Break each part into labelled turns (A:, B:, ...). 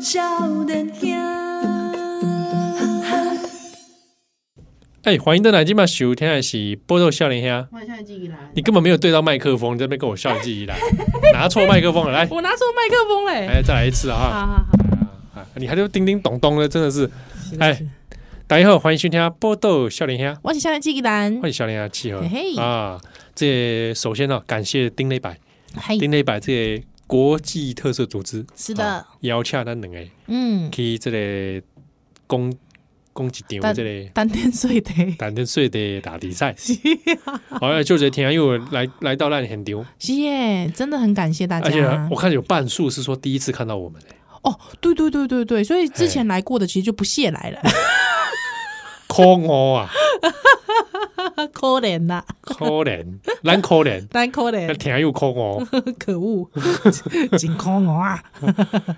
A: 少年兄。
B: 哎、欢迎登来，今晚收听的是波豆笑脸虾。
C: 我现在记忆来，
B: 你根本没有对到麦克风，你在那边跟我笑记 忆来，拿错麦克风了，来，
C: 我拿错麦克风嘞、
B: 哎，再来一次
C: 好
B: 啊！
C: 好好，
B: 啊你还就叮叮咚咚的，真的是。哎
C: 哎，是
B: 大家好，欢迎收听波豆笑脸虾，
C: 我是现在记忆兰
B: 欢，迎笑脸虾契合
C: 嘿嘿哎
B: 啊！这首先呢、哦感谢丁磊百，
C: 嘿，
B: 丁磊百这个国际特色组织
C: 是的，
B: 邀请咱两个
C: 嗯，
B: 去这个公公一场
C: 但
B: 这个
C: 单天水的，，
B: 单天水的打比赛
C: 是啊，
B: 好像就这天，因为我来来到咱现场。
C: 是耶，真的很啊感谢哦大
B: 而且
C: 家
B: 我。看有半数是说第一次看到我们、欸，
C: 哦，对对对对对，所以之前来过的其实就不屑来了，
B: 空哦啊，
C: 可怜呐，
B: 可怜，咱可怜，
C: 单可
B: 那
C: 怜，
B: 听又空哦，
C: 可 恶，真可恶啊！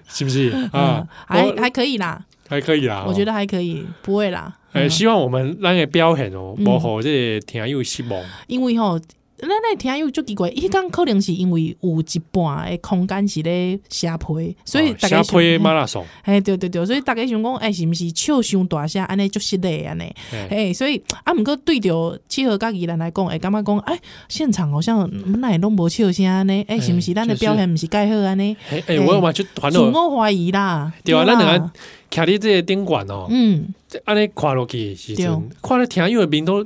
B: 是不是
C: 嗯
B: 啊？，
C: 还
B: 我
C: 还可以啦，
B: 还可以啦，
C: 我觉
B: 得。
C: 得还可以，不会啦，
B: 哎，
C: 嗯
B: 希望我们咱的表现哦，
C: 嗯
B: 无好这个听友失望。
C: 因为吼，咱那听友就奇怪，伊讲可能是因为有一半的空间是咧下坡，所以大家
B: 哦下
C: 想
B: 推马拉松，
C: 哎，对对对，所以大家想讲，哎，是毋是笑伤大声，安尼就失礼安尼，
B: 哎，
C: 哎，所以啊，毋过对着七和甲宜兰来讲，会感觉讲，哎，现场好像哪会拢无笑声安尼，哎，是毋是咱的表现毋是介好安尼，
B: 哎哎，我嘛就团
C: 自
B: 到
C: 我怀疑啦，
B: 对啊，咱两
C: 啦
B: 个，徛伫这个顶管哦，
C: 嗯，
B: 这安尼看落去的时阵，
C: 对哦
B: 看了听友的面都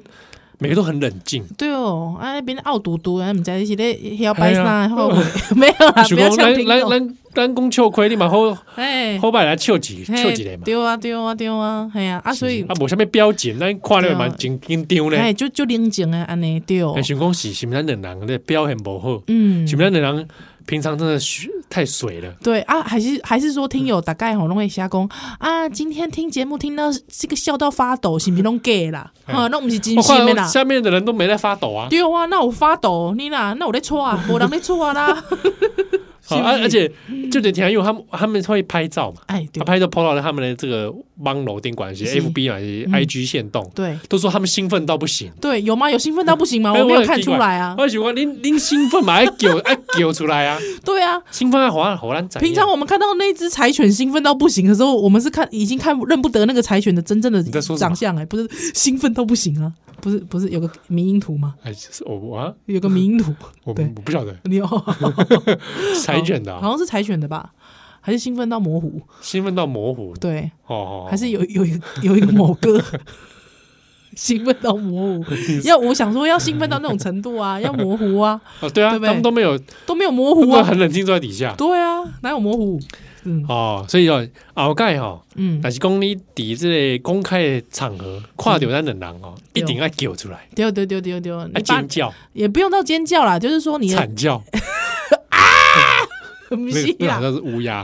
B: 每个都很冷静。
C: 对哦，啊，那边傲嘟嘟，啊，毋知是咧晓摆啥，
B: 哎呀
C: 后悔没有啦，
B: 想
C: 啊不要
B: 讲
C: 呛
B: 咱
C: 听
B: 咱
C: 众，
B: 咱咱讲笑亏，你嘛好
C: 哎。
B: 好歹来笑几笑
C: 嘿
B: 几个嘛。
C: 对啊，对啊，对啊，系啊，啊，所以啊
B: 啊，无啥物表情，咱看了蛮真紧张
C: 哎，
B: 咧。
C: 就就冷静啊，安尼对哦，
B: 哎，想讲是是毋是咱两人咧表现无好，
C: 嗯，
B: 是毋是咱两人平常真的虚太水了。
C: 对啊，还是还是说
B: 嗯
C: 听友大概吼拢会瞎讲啊，今天听节目听到这个笑到发抖，是不是拢 gay 啦？
B: 哎
C: 啊，那不是真
B: 我
C: 心的
B: 看
C: 啦
B: 到。下面的人都没在发抖啊，
C: 对啊，那我发抖，你啦，那我在错 啊，我人在错啊啦。
B: 好啊而且就得听，因为他们他们会拍照嘛，
C: 哎，对
B: 他拍照 PO 到他们的这个网楼顶管是
C: 是
B: FB 还是
C: 嗯
B: IG 线动，
C: 对
B: 都说他们兴奋到不行。
C: 对，有吗？有兴奋到不行吗？
B: 哎
C: 我没有
B: 也
C: 看
B: 奇
C: 出
B: 怪
C: 来啊。
B: 我也想欢您您兴奋嘛，爱叫爱叫出来啊，
C: 对啊，
B: 兴奋爱火火咱啊仔。
C: 平常我们看到那只柴犬兴奋到不行的时候，我们是看已经看认不得那个柴犬的真正的
B: 你在说什么
C: 长相哎、不是兴奋到不行啊，不是不是有个迷因图吗？
B: 哎，就是我我啊
C: 有个迷 因图，
B: 我
C: 对
B: 我不晓得
C: 你有
B: 柴犬的啊哦
C: 好像是柴犬的吧？还是兴奋到模糊？
B: 兴奋到模糊
C: 对，
B: 哦，哦
C: 还是有有一个有一个 某哥兴奋到模糊。 要我想说，要兴奋到那种程度啊，要模糊啊，
B: 哦，对啊，
C: 对不对
B: 他们都没有，
C: 都没有模
B: 他
C: 糊
B: 们都
C: 啊。
B: 很冷静坐在底下。
C: 对啊，哪有模糊？嗯
B: 哦，所以哦，鳌盖吼，
C: 嗯，
B: 但是讲你伫这个公开的场合，看到咱两人哦，一
C: 对
B: 定要叫出来，
C: 丢丢丢丢丢，
B: 要
C: 你把
B: 尖叫、
C: 也不用到尖叫啦，就是说你
B: 哎惨叫，
C: 不
B: 那
C: 是啊
B: 个那个
C: 啦
B: 好，像是乌鸦，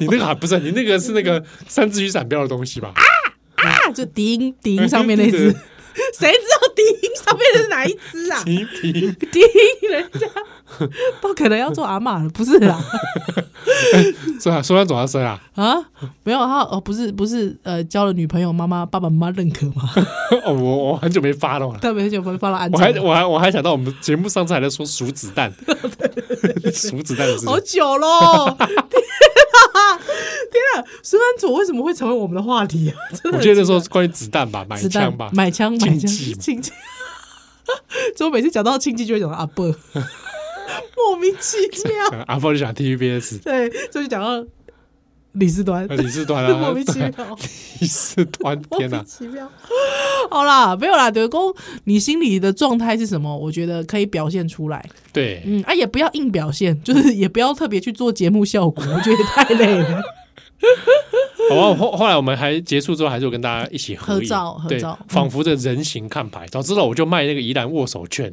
B: 你那个还不是，你那个是那个三只雨伞标的东西吧？
C: 啊，就笛音笛音上面那只
B: 对，
C: 谁知道笛音上面的是哪一只 啊？
B: 停停，
C: 第一人家不可能要做阿嬷了，不是啦
B: 是啊，说完总要生啊，
C: 啊，没有他哦，不是不是呃，交了女朋友，妈妈爸爸妈妈认可吗？
B: 哦，我我很久没发了。
C: 特别就不会放到安
B: 我还
C: 全，
B: 我还我还想到我们节目上次还在说数子 弹，数子弹的事
C: 好
B: 情，
C: 久喽！天啊，天啊，孙安佐为什么会成为我们的话题啊？真的
B: 我记得那时候是关于子弹吧，买
C: 子弹
B: 枪吧，
C: 买枪买
B: 竞
C: 枪
B: 技嘛
C: 竞技，所以我每次讲到竞技就会讲到阿伯，莫名其妙。
B: 呃阿峰就想 TVBS，
C: 对，所以就讲到李斯端，
B: 李世端啊，
C: 莫名其妙。
B: 李世端，
C: 莫
B: 天哪、
C: 名其妙。 好啦，没有啦，德公，你心里的状态是什么？我觉得可以表现出来。
B: 对，
C: 嗯，啊，也不要硬表现，就是也不要特别去做节目效果，我觉得也太累 了。
B: 好吧，后后来我们还结束之后，还是有跟大家一起合影
C: 合照合
B: 对
C: 照嗯
B: 仿佛这人形看牌。早知道我就卖那个宜兰握手券，有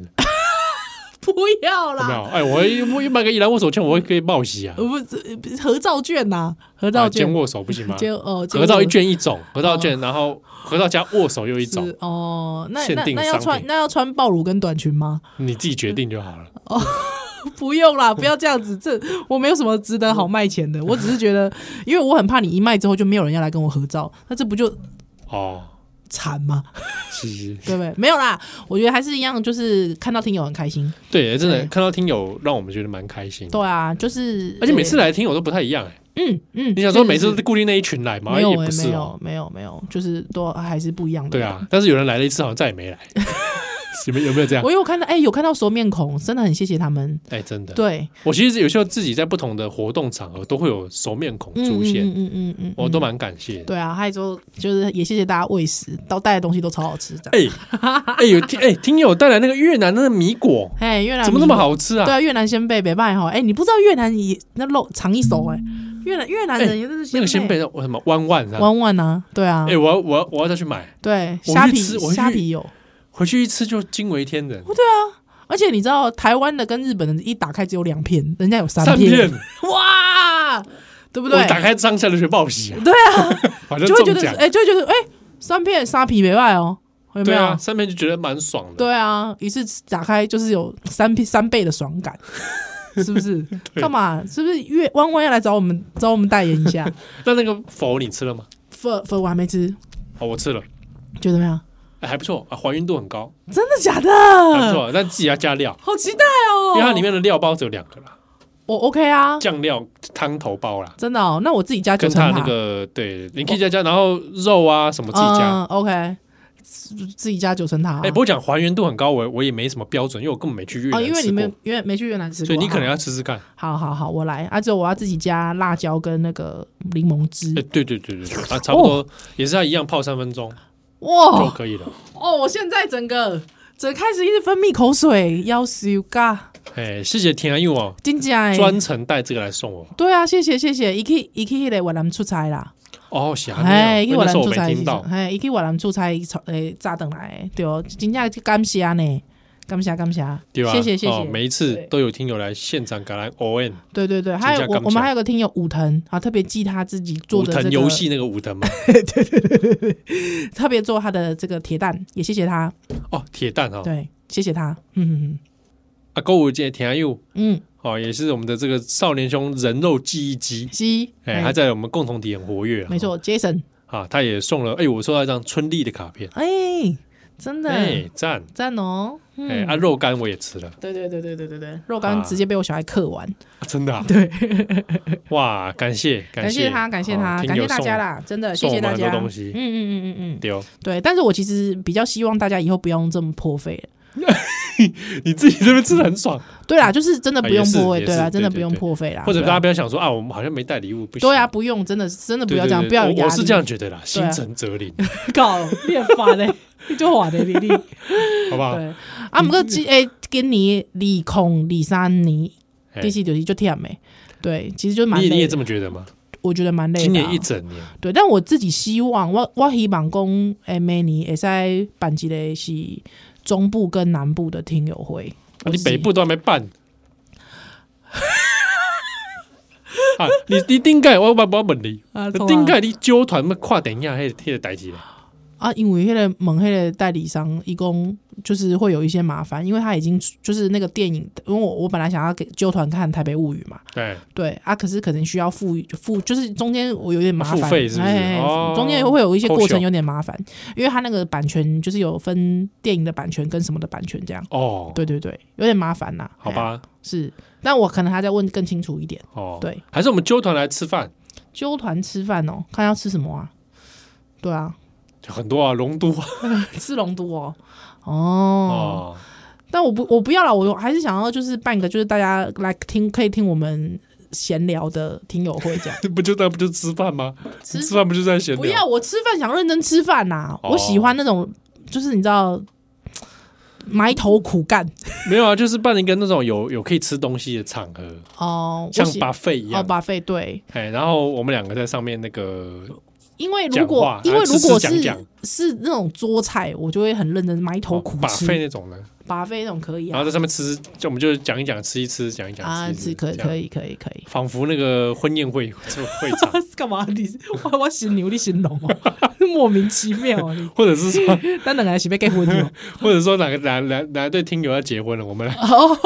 C: 不要
B: 没有？
C: 啦，
B: 哎，我一我一卖个宜兰握手券，我会可以报喜啊！
C: 呃不是不是合照券呐，合
B: 啊
C: 照
B: 兼
C: 券，
B: 握手不 行吗？
C: 就哦，
B: 合照一卷一种，合照券，然后合照加握手又一
C: 嗯是
B: 种，
C: 哦，那
B: 限
C: 那
B: 定
C: 那要
B: 商
C: 穿
B: 品
C: 那要穿暴乳跟短裙吗？
B: 你自己决定就好了。
C: 嗯不用啦，不要这样子，这我没有什么值得好卖钱的，我只是觉得，因为我很怕你一卖之后就没有人要来跟我合照，那这不就
B: 哦，
C: 惨吗？
B: 是，
C: 对不对？没有啦，我觉得还是一样，就是看到听友很开心。
B: 对，真的
C: 对
B: 看到听友，让我们觉得蛮开心。
C: 对啊，就是
B: 而且每次
C: 来，
B: 来听友都不太一样，哎，
C: 嗯嗯，
B: 你想说
C: 确
B: 每
C: 实
B: 次都
C: 是
B: 是固定那一群来吗？
C: 没有
B: 也
C: 欸
B: 不是
C: 没
B: 哦，
C: 有没有没有，就是都还是不一样的。
B: 对啊，但是有人来了一次，好像再也 没来，有没有有没有这样？
C: 我有看到，哎、有看到熟面孔，真的很谢谢他们。
B: 哎，真的，
C: 对，
B: 我其实有时候自己在不同的活动场合都会有熟面孔
C: 嗯
B: 出现，
C: 嗯嗯嗯嗯嗯，
B: 我都
C: 买。
B: 蛮感谢的。
C: 对啊，还有就就是也谢谢大家喂食，到带的东西都超好吃的。
B: 哎哎，有听哎听友带来那个越南的那个米果，
C: 哎、越南
B: 怎么那么
C: 米
B: 好吃
C: 粉？
B: 啊
C: 对？啊，越南鲜贝北拜哈，哎、你不知道越南也那肉尝一手哎、越南越南人也是
B: 哎那个鲜贝的我什么弯弯啊？
C: 弯弯啊，对啊，
B: 哎，我要我要我要再去买，
C: 对
B: 我
C: 虾
B: 去
C: 皮
B: 吃我去
C: 虾皮有，
B: 回去一吃就惊为天人，
C: 而且你知道台湾的跟日本的一打开只有两片， 人家有三
B: 三片，
C: 哇，对不
B: 我
C: 对？
B: 打开上下就学报喜啊，
C: 对 啊，
B: 反正
C: 就会觉
B: 中
C: 得
B: 奖
C: 哎、，就会觉得哎、三片沙皮没败哦，有没
B: 对
C: 有？
B: 啊，三片就觉得蛮爽的。
C: 对啊，一次打开就是有三倍三倍的爽 感，是不是？
B: 对
C: 干嘛？是不是越弯弯要来找我们找我们代言一 下？
B: 那那个否你吃了吗？
C: 粉粉我还没吃，
B: 哦，我吃了，
C: 觉得怎么样？
B: 哎还不错啊，还原度很高，
C: 真的假
B: 还不
C: 的？
B: 错，但自己要加料，
C: 好期待嗯哦！
B: 因为它里面的料包只有两个啦，
C: 我 OK 啊，
B: 酱料汤头包啦，
C: 真的哦。那我自己加九
B: 跟
C: 层
B: 它
C: 塔
B: 那个对，你可以再加，然后肉啊什么自己加。
C: 嗯、OK，自自己加九层塔啊。
B: 哎，不过讲还原度很高，我我也没什么标准，因为我根本没去越
C: 哦，
B: 南
C: 因为你
B: 吃
C: 们
B: 过，
C: 因为没去越南吃过，
B: 所以你可能要吃吃看。
C: 好好好，我来啊！之后我要自己加辣椒跟那个柠檬汁
B: 哎，。对对对对对，啊，差不多也是要一样泡三分钟就
C: 哇
B: 可以了。
C: 哦，我现在整个整个开始一直分泌口水，要死嘎！
B: 哎，谢谢田安佑哦，
C: 真假哎，
B: 专程带这个来送我。
C: 对啊，谢谢谢谢，一去一去嘞，越南出差啦，
B: 哦，谢谢
C: 哎，
B: 因
C: 去
B: 为
C: 越
B: 那时
C: 南
B: 候我
C: 出
B: 没
C: 差的时
B: 听
C: 候
B: 到，
C: 哎，一去越南出差，诶，炸等来的，对哦，真正感谢啊呢，感谢感谢，
B: 对吧？
C: 谢谢谢
B: 哦
C: 谢，
B: 每一次
C: 对
B: 都有听友来现场哦感来 O N
C: 对对对，还有
B: 真正
C: 我
B: 感谢
C: 我们还有个听友武藤啊，特别记他自己做
B: 武
C: 的这
B: 藤
C: 个
B: 游，戏那个武藤嘛，
C: 特别做他的这个铁蛋，也谢谢他，
B: 哦，铁蛋哈，
C: 对，谢谢他，嗯
B: 啊，购物节田安佑
C: 嗯嗯，
B: 哦，也是我们的这个少年兄人肉记忆机，
C: 西，
B: 哎，他在我们共同体很活跃，
C: 没，错，Jason，
B: 啊，他也送了，哎，我收到一张春丽的卡片，
C: 哎，真的
B: 哎，赞，
C: 赞哦，
B: 哎，
C: 嗯，
B: 啊，肉干我也吃了，
C: 对对对对对对对，肉
B: 啊
C: 干直接被我小孩嗑完。
B: 啊真 的，对，哇，感谢
C: 感
B: 谢
C: 谢他，感谢
B: 哦
C: 他，
B: 听
C: 感
B: 友
C: 谢大
B: 送
C: 家啦，真的谢
B: 送
C: 谢
B: 我们
C: 大
B: 很多
C: 家。
B: 东西
C: 嗯嗯嗯嗯嗯，
B: 对哦，
C: 对。但是我其实比较希望大家以后不用这么破费。
B: 你自己这边吃的很爽，
C: 对啦，就是真的不用破
B: 嗯啊也
C: 费，
B: 是
C: 对
B: 也
C: 啦，
B: 是
C: 真的
B: 对对
C: 不用破费啦。
B: 或者
C: 对
B: 大
C: 啊
B: 家不要想说啊，我们好像没带礼物，不行，
C: 对啊，不用，真的真的不
B: 对
C: 要
B: 对
C: 这样，
B: 对
C: 不要有
B: 我
C: 压
B: 我
C: 力。
B: 是这 样觉得啦，
C: 对
B: 心
C: 啊
B: 诚则 灵，
C: 搞，变 烦嘞，你就滑的你你。
B: 好不好？
C: 对，啊，不过今诶，今年二空二三年，
B: 哎
C: 第四就是就忝诶。对，其实就蛮
B: 你也你
C: 累
B: 也这
C: 的，
B: 么觉得吗？
C: 我觉得蛮累的啊。
B: 今年一整年，
C: 对，但我自己希望，我我希望讲，诶，每年会使办一个是中部跟南部的听友会。
B: 啊
C: 我
B: 你
C: 自己
B: 北部都还没办。 啊，你你顶盖我我我问你，
C: 啊
B: 顶盖你纠团么跨电影迄迄个代志咧？
C: 啊，因为迄个蒙迄个代理商，一共就是会有一些麻烦，因为他已经就是那个电影，因为我我本来想要给纠团看《台北物语》嘛，
B: 对，
C: 对啊，可是可能需要付付，就是中间我有点麻烦，
B: 付费是不是
C: 哎
B: 哦
C: 中间会有一些过
B: 扣
C: 程
B: 小
C: 有点麻烦，因为他那个版权就是有分电影的版权跟什么的版权这样，
B: 哦，
C: 对对对，有点麻烦呐、
B: 好
C: 哎呀
B: 吧，
C: 是，但我可能还在问更清楚一点。
B: 哦，
C: 对，
B: 还是我们纠团来吃饭，
C: 纠团吃饭哦，看要吃什么啊？对啊，
B: 就很多啊，龙都啊
C: 吃龙都哦。哦，
B: 哦，。
C: 但我不，我不要了，我还是想要就是办一个，就是大家来听，可以听我们闲聊的听友会这样
B: 不就那不就吃饭吗？
C: 吃
B: 吃饭不就在闲
C: 不
B: 聊？
C: 要，我吃饭想认真吃饭呐、
B: 哦
C: 我喜欢那种，就是你知道，埋头苦干
B: 没有啊，就是办一个那种有有可以吃东西的场合，
C: 哦。我
B: 像
C: 喜
B: 巴费一
C: 哦，
B: 样。
C: 巴菲对，
B: 哎，然后我们两个在上面那个
C: 因为如
B: 讲
C: 果
B: 话
C: 因为
B: 啊
C: 如果
B: 吃吃
C: 是
B: 讲哦讲
C: 是那种桌菜，我就会很认真埋头苦
B: 把
C: 吃。
B: 费那种的，
C: 巴菲那种可以啊
B: 然后，在上面吃，就我们就讲一讲，吃一吃，讲一讲，
C: 啊，
B: 吃
C: 是
B: 一吃，
C: 可以
B: 这样
C: 可以可以可以。
B: 仿佛那个婚宴会这个会场，
C: 干嘛？你我我形容你形容 哦，莫名其妙啊！你
B: 或者是说，
C: 咱两个人是要结 婚哦？
B: 或者说哪个哪哪哪对听友要结婚了，我们 来
C: 哦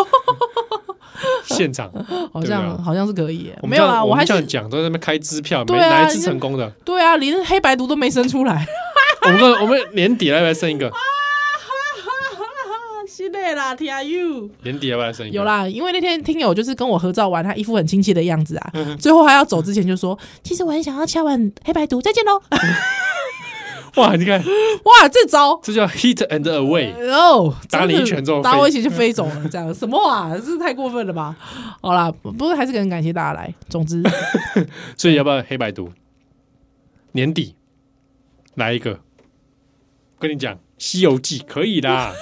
B: 现场，
C: 好
B: 对啊
C: 像好像是可以耶，
B: 我们
C: 没
B: 这
C: 有
B: 样
C: 啊，
B: 我
C: 还
B: 们这
C: 是
B: 样讲，都在那边开支票，没
C: 对啊
B: 哪一次成功的，
C: 对啊，连黑白毒都没生出来，
B: 我们我们年底来来生一个，
C: 是的啦，T R U。
B: 年底要不要生一个？
C: 有，啦，因为那天听友就是跟我合照完，他一副很亲切的样子啊，最后他要走之前就说：“ 其实我很想要敲完黑白毒，再见喽。
B: 哇，你看”
C: 哇，这招
B: 这叫 hit and away，
C: 哦，
B: 打你
C: 真的
B: 一拳之后
C: 打
B: 飞
C: 我一拳就飞走了，这样什么 啊？这太过分了吧？好啦，不过还是很感谢大家来。总之，
B: 所以要不要黑白读？年底来一个，跟你讲，《西游记》可以啦，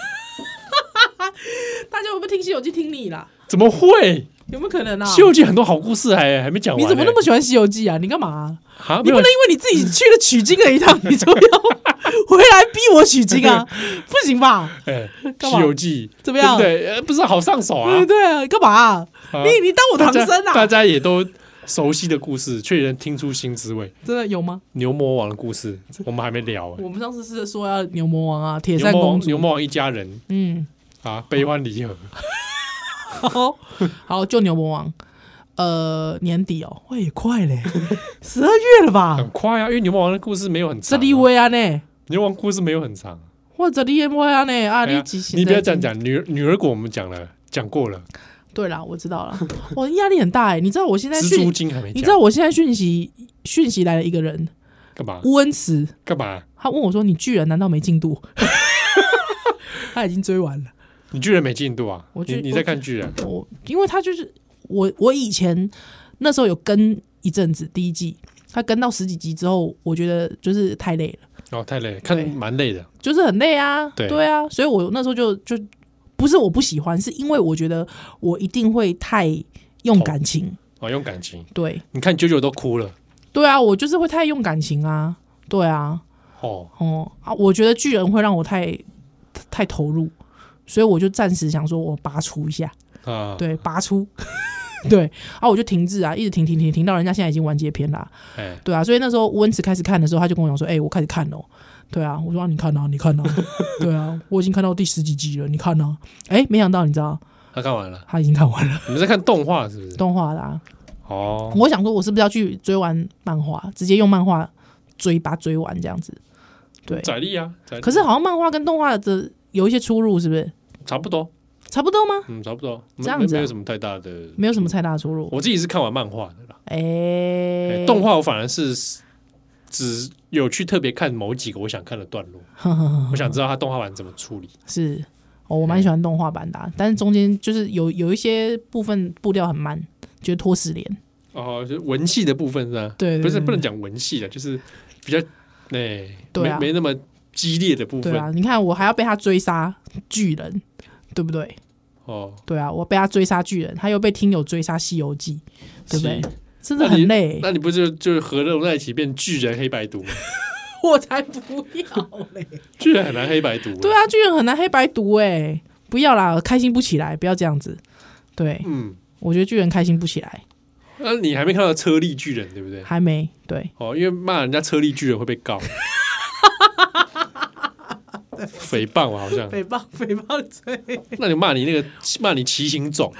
C: 大家有没有听《西游记》听你啦？
B: 怎么会？
C: 有没有可能 啊？
B: 《西游记》很多好故事还还没讲完、
C: 你
B: 欸，
C: 怎么那么喜欢《西游记》啊？你干嘛啊、
B: 哈？
C: 你
B: 没
C: 不
B: 有
C: 能因为你自己去了取经了一趟，你就要 回来逼我取经 啊？不行吧？
B: 哎，
C: 干
B: 西
C: 嘛
B: 游记》
C: 怎么样
B: 对不对，呃不是好上手啊
C: 对。对啊，干嘛啊、
B: 啊
C: 你你当我
B: 大
C: 唐
B: 家
C: 僧啊？
B: 大家也都熟悉的故事，却能听出新滋味。
C: 真的有吗？
B: 牛魔王的故事我们还没聊、欸，
C: 我们上次是说要牛魔王啊，铁
B: 牛
C: 扇
B: 魔
C: 公
B: 王
C: 主，
B: 牛魔王一家人
C: 嗯，
B: 啊，悲欢离合。
C: 好，好，就牛魔王。呃，年底哦，喂，也快 嘞，十二月了吧
B: 很？快啊，因为牛魔王的故事没有很
C: 这
B: 长、
C: 里
B: 啊，
C: 威啊呢，
B: 牛魔王故事没有很长。
C: 或者里威啊呢，啊，
B: 哎呀
C: 你几时？
B: 你不要这样。讲，女儿女儿国我们讲了，讲过了，
C: 对啦，我知道了，我压力很大哎，你知道我现 在
B: 蜘蛛
C: 讯，
B: 精还没
C: 你
B: 讲，
C: 知道我现在讯息讯息来了一个人，
B: 干嘛
C: 乌恩慈，
B: 干嘛？
C: 他问我说：“你巨人难道没进度？” 他已经追完了。
B: 你巨人没进度啊？
C: 我
B: 你
C: 巨
B: 你在看巨人？
C: 我因为他就是我，我以前那时候有跟一阵子第一季，他跟到十几集之后，我觉得就是太累了，
B: 哦，太累了，看
C: 对
B: 蛮累的。
C: 就是很累啊，
B: 对
C: 啊，所以我那时候就就不是我不喜欢，是因为我觉得我一定会太用
B: 投
C: 感情，
B: 哦，用感情，
C: 对
B: 你看九九都哭了。
C: 对啊，我就是会太用感情啊，对啊，
B: 哦，
C: 哦、啊，我觉得巨人会让我太太投入，所以我就暂时想说我拔除一下。
B: 啊，
C: 对，拔出。对，啊，我就停滞啊，一直停停停停到人家现在已经完结篇啦、
B: 哎，
C: 对啊，所以那时候吴文慈开始看的时候，他就跟我讲说：“哎、我开始看了。”对啊，我说、啊：“你看啊，你 看啊，对啊，我已经看到第十几集了，你看啊。”哎，没想到你知道
B: 他看完了。
C: 他已经看完了
B: 你们在看动画是不是？
C: 动画啦、
B: 嗯哦，
C: 我想说，我是不是要去追完漫画，直接用漫画追把它追完这样子？对，
B: 载力啊，载力
C: 可是好像漫画跟动画的有一些出入，是不是
B: 差不多，
C: 差不多吗？
B: 嗯，差不多，没
C: 这样子啊
B: 没有什么太大的，
C: 没有什么太大的出入。
B: 我自己是看完漫画的啦，
C: 哎、
B: 哎 动画我反而是只有去特别看某几个我想看的段落，
C: 画
B: 我想知道他动画版怎么处理。
C: 是，哦，我蛮喜欢动画版的啊、但是中间就是有有一些部分步调很慢，觉得拖死脸。
B: 哦，就是文戏的部分是吧？
C: 对对
B: 不是
C: 对
B: 不能讲文戏的，就是比较哎，
C: 对啊
B: 没没那么激烈的部
C: 对啊，
B: 分。
C: 你看我还要被他追杀巨人，对不对？
B: 哦，
C: 对啊，我被他追杀巨人，他又被听友追杀西游记，对不对
B: 是？
C: 真的很累，
B: 那你不就就合拢在一起变巨人黑白毒吗？
C: 我才不要嘞！
B: 巨人很难黑白毒。
C: 对，啊，巨人很难黑白读哎、不要啦，开心不起来，不要这样子。对，
B: 嗯，
C: 我觉得巨人开心不起来，
B: 那你还没看到车力巨人对不对？
C: 还没对。
B: 哦，因为骂人家车力巨人会被告， 诽谤啊我好像。
C: 诽谤，诽谤罪。
B: 那你骂你那个骂你骑行种，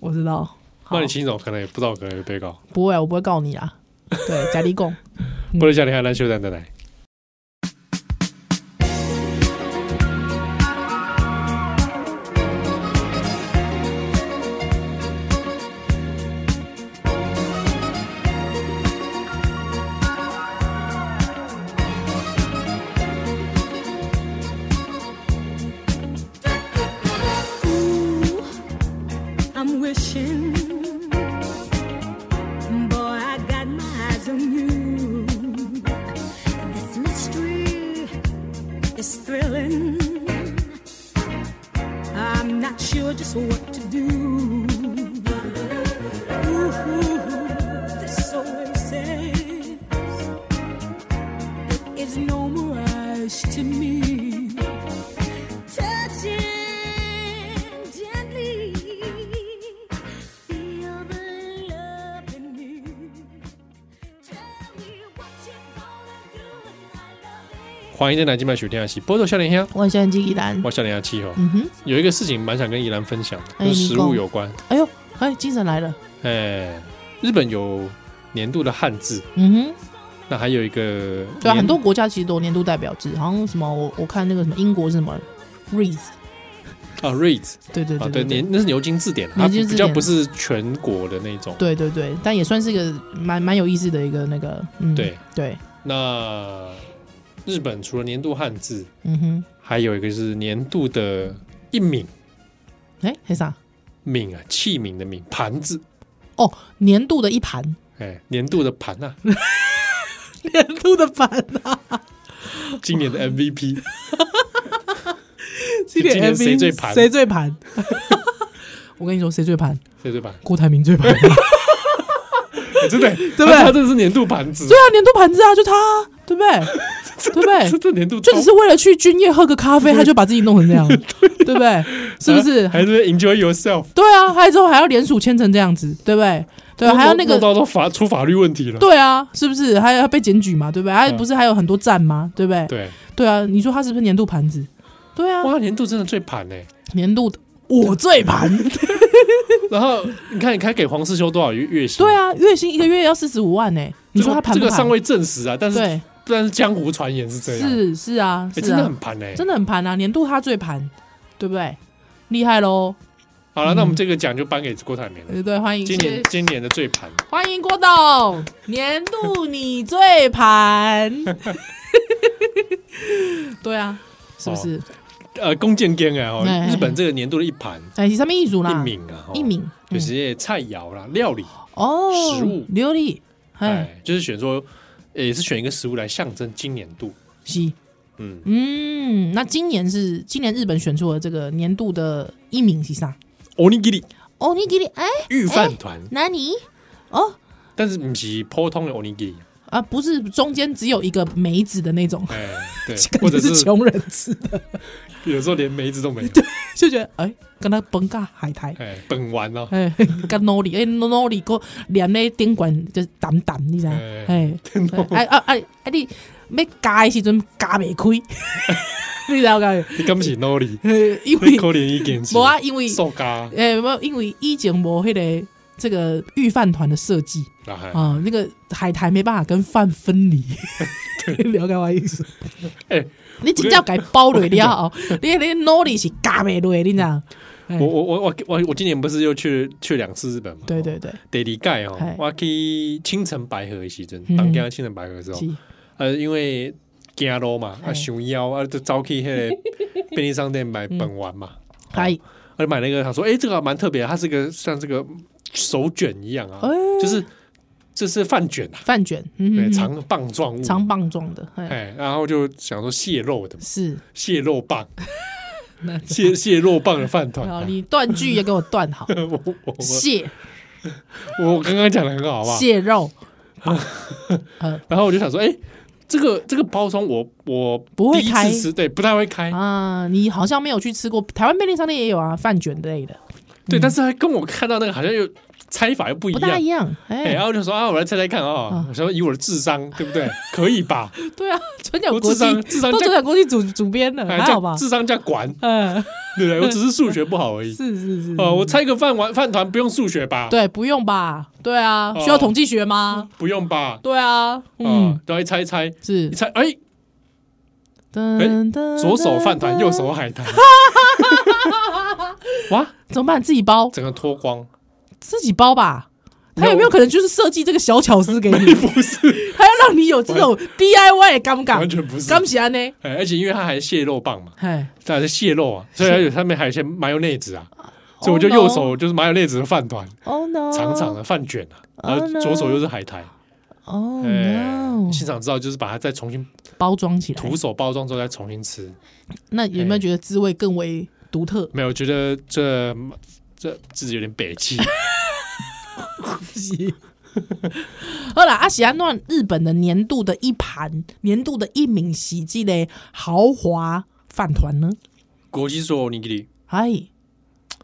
C: 我知道。好
B: 骂你骑行种可能也不知道可能会被告。
C: 不会啊，我不会告你 啊。对，假立共。嗯
B: 不能下你看篮球蛋再来。
A: Ooh, I'm wishing, boy, I got my eyes on you. This mystery is thrilling. I'm not sure just what to do. Ooh, this always says it is no mirage to me touching gently. Feel the love in me. Tell me what you gonna do when I love it.
B: 欢迎在南京麦雪天下戏，波多笑脸香，
C: 我很喜欢基吉兰。
B: 我笑脸香气候。
C: 嗯哼，
B: 有一个事情蛮想跟宜兰分享的，
C: 哎
B: 跟食
C: 你
B: 物
C: 说
B: 有关。
C: 哎呦，哎，精神来了。
B: 哎，日本有年度的汉字，
C: 嗯哼，
B: 那还有一个
C: 对啊，
B: 年
C: 很多国家其实都有年度代表制，好像什么我我看那个什么英国是什么 Rees，
B: 啊 r a t s
C: 对对
B: 啊，
C: 对
B: 对，
C: 对对
B: 年那是牛津字典，它
C: 牛津字
B: 比较
C: 典
B: 不是全国的那种。
C: 对对对，但也算是一个蛮蛮有意思的一个那个，嗯，
B: 对，
C: 对，
B: 那日本除了年度汉字，
C: 嗯哼，
B: 还有一个是年度的一皿
C: 哎，黑啥？
B: 皿啊，器皿的皿，盘子，
C: 哦年度的一盘，
B: 哎，年度的盘啊，
C: 年度的盘啊，
B: 今年的 MVP 今
C: 今
B: 年
C: MVP
B: 谁最盘
C: 谁最 盘？我跟你说，谁最盘？
B: 对对吧？
C: 郭台铭最盘，对
B: 哎真的，
C: 对不对
B: 他他这是年度盘子，
C: 啊，年度盘子啊，就他啊，对不对？对不 对
B: 这？这年度
C: 就只是为了去军夜喝个咖 啡，他就把自己弄成这样，对不对？是不是
B: 啊？还是 Enjoy yourself？
C: 对啊，还有之后还要联署签成这样子，对不对？对啊，还有那
B: 弄
C: 个，
B: 到都法出法律问题了。
C: 对啊，是不是？还有要被检举嘛，对不对？还有不是还有很多站吗？对不对？
B: 对，
C: 对啊，你说他是不是年度盘子？对啊，
B: 哇，年度真的最盘哎。
C: 年度的我最盘。
B: 然后你看，你看给黄世修多少月月薪？
C: 对啊，月薪一个月要四十五万呢、你说他盘
B: 这
C: 不
B: 个
C: 盘？
B: 尚未证实啊，但是
C: 对，
B: 但是江湖传言是这样，
C: 是是啊，
B: 哎
C: 是
B: 真的
C: 啊
B: 很，盘哎。
C: 真的很盘啊，年度他最盘，对不对？厉害喽！
B: 好了，那我们这个奖就颁给郭台铭了。
C: 对对，欢迎
B: 今年今年的最盘，
C: 欢迎郭董，年度你最 盘。对啊，是不是？
B: 呃，弓箭game 啊，哦
C: 哎
B: 日本这个年度的一盘
C: 哎，上面一组
B: 一
C: 啦，
B: 皿啊，哦
C: 一名嗯
B: 就是菜肴啦、料理，
C: 哦，
B: 食物
C: 琉璃，哎，
B: 哎，就是选说，呃也是选一个食物来象征今年度。
C: 是，
B: 嗯，
C: 嗯，那今年是今年日本选出了这个年度的一名是啥？
B: o n i g i r i
C: 哦，你给你哎，
B: 御饭团，
C: 哪里？哦
B: 但是不是普通的 o n i g i r i
C: 啊，不是中间只有一个梅子的那种，，
B: 哎， 对或者
C: 是
B: 是
C: 穷人吃的，
B: 有时候连梅子都没有，
C: 就觉得哎，跟他崩尬海苔。
B: 哎，本丸哦，
C: 哎， 跟努力，哎，努力个连那顶管就是淡淡，你知道？哎， 哎啊啊啊！你要加的时阵加袂开， 你知道个？
B: 你敢不是 Nori，
C: 嘿 因
B: 你
C: 为
B: 可怜一点，
C: 无啊，因为
B: 受嘎，
C: 诶，无因为以前无迄个这个御饭团的设计
B: 啊嗨
C: 啊，那个海苔没办法跟饭分 离，了解我意思？
B: 哎，
C: 你真正改包落了哦， 你你努力是加袂落，你知道？哎
B: 我我我我我我今年不是又去去两次日本嘛？
C: 对对对，
B: d a i 盖哦
C: 嗨，
B: 我去青城白河的时阵
C: 嗯，
B: 当家青城白河的时候，
C: 是，
B: 呃，因为行路嘛，啊，
C: 嗨
B: 想腰啊，就走去迄个 便利商店买本丸嘛，
C: 嗨，
B: 我就买那个，他说，哎，这个还蛮特别的，它是一个像这个手卷一样啊
C: 哎，
B: 就是这是饭卷啊，
C: 饭卷，嗯
B: 对，
C: 哼，
B: 长棒状物，
C: 长棒状的，哎，
B: 哎，然后就想说蟹肉的
C: 是，
B: 蟹肉棒，
C: 那
B: 蟹蟹肉棒的饭团
C: 好，
B: 啊。
C: 你断句也给我断好，
B: 我我
C: 蟹
B: 我我刚刚讲的很好，好不好？
C: 蟹肉，呃
B: 然后我就想说，哎，这个这个包装我我
C: 不会
B: 第一
C: 开
B: 次吃，对，不太会开，
C: 啊，你好像没有去吃过，台湾便利商店也有啊，饭卷类的，
B: 对，但是还跟我看到那个好像又猜法又不一
C: 嗯不大
B: 样
C: 一。样，
B: 哎，然
C: 哎，
B: 后我就说啊，我来猜猜看啊
C: 啊，
B: 我说以我的智商，对不对？可以 吧？
C: 对啊，转角
B: 我
C: 国
B: 智
C: 际
B: 商智商
C: 都转
B: 加
C: 角国际主主编了，
B: 哎
C: 还好吧
B: 加？智商加管，
C: 嗯，
B: 对 不对？我只是数学不好而已。
C: 是是是，
B: 哦，我猜个饭碗饭团不用数学吧？
C: 对，不用吧？对啊，
B: 哦嗯
C: 需要统计学吗？
B: 不用吧？
C: 对啊，
B: 啊
C: 嗯，，
B: 然后一猜一猜，
C: 是
B: 一猜，哎，
C: 噔噔
B: 左手饭团，右手海苔。哇，
C: 怎么办？自己包，
B: 整个脱光，
C: 自己包吧。他有没有可能就是设计这个小巧思 给你，
B: 不是，
C: 还要让你有这种 DIY 的尴
B: 完
C: 尬？
B: 全不是。
C: 啊刚起来呢，
B: 哎，而且因为它还蟹肉棒嘛，
C: 哎，
B: 它还是蟹肉啊，所以它有上面还有一些麻油内子啊，所以我就右手就是麻油内子的饭团，
C: 哦 no，
B: 长长的饭卷啊，然
C: Oh
B: 后
C: no
B: 左手又是海苔。
C: 哦
B: 哎
C: no，，
B: 现场知道就是把它再重新
C: 包装起来，
B: 徒手包装之后再重新吃，
C: 那有没有觉得滋味更为独特？
B: 没有，我觉得这这自己有点北气。
C: 好啦，阿喜安诺日本的年度的一盘，年度的一名喜剧嘞豪华饭团呢？
B: 国际说你给你，
C: 哎，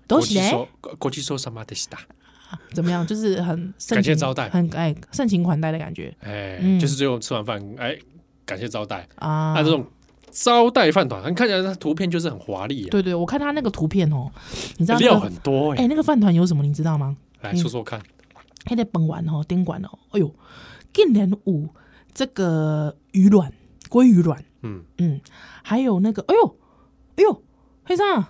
C: 都
B: 国
C: 是
B: 际
C: 嘞，
B: 说国际说什么的是的，
C: 怎么样？就是很盛
B: 感谢
C: 情
B: 招待
C: 很哎盛情款待的感觉
B: 哎，
C: 嗯
B: 就是最后吃完饭，哎，感谢招待。
C: 啊
B: 那。这种招待饭团，看起来它图片就是很华丽啊，
C: 对对，我看他那个图片哦，你知道那
B: 料
C: 个
B: 很多哎
C: 哎，嗯那个饭团有什么？你知道吗？
B: 来说说看，
C: 哦迄个饭丸吼，顶管哦，哎哟，竟然有这个鱼卵、鲑鱼卵，
B: 嗯，
C: 嗯，还有那个，哎呦，哎呦，黑上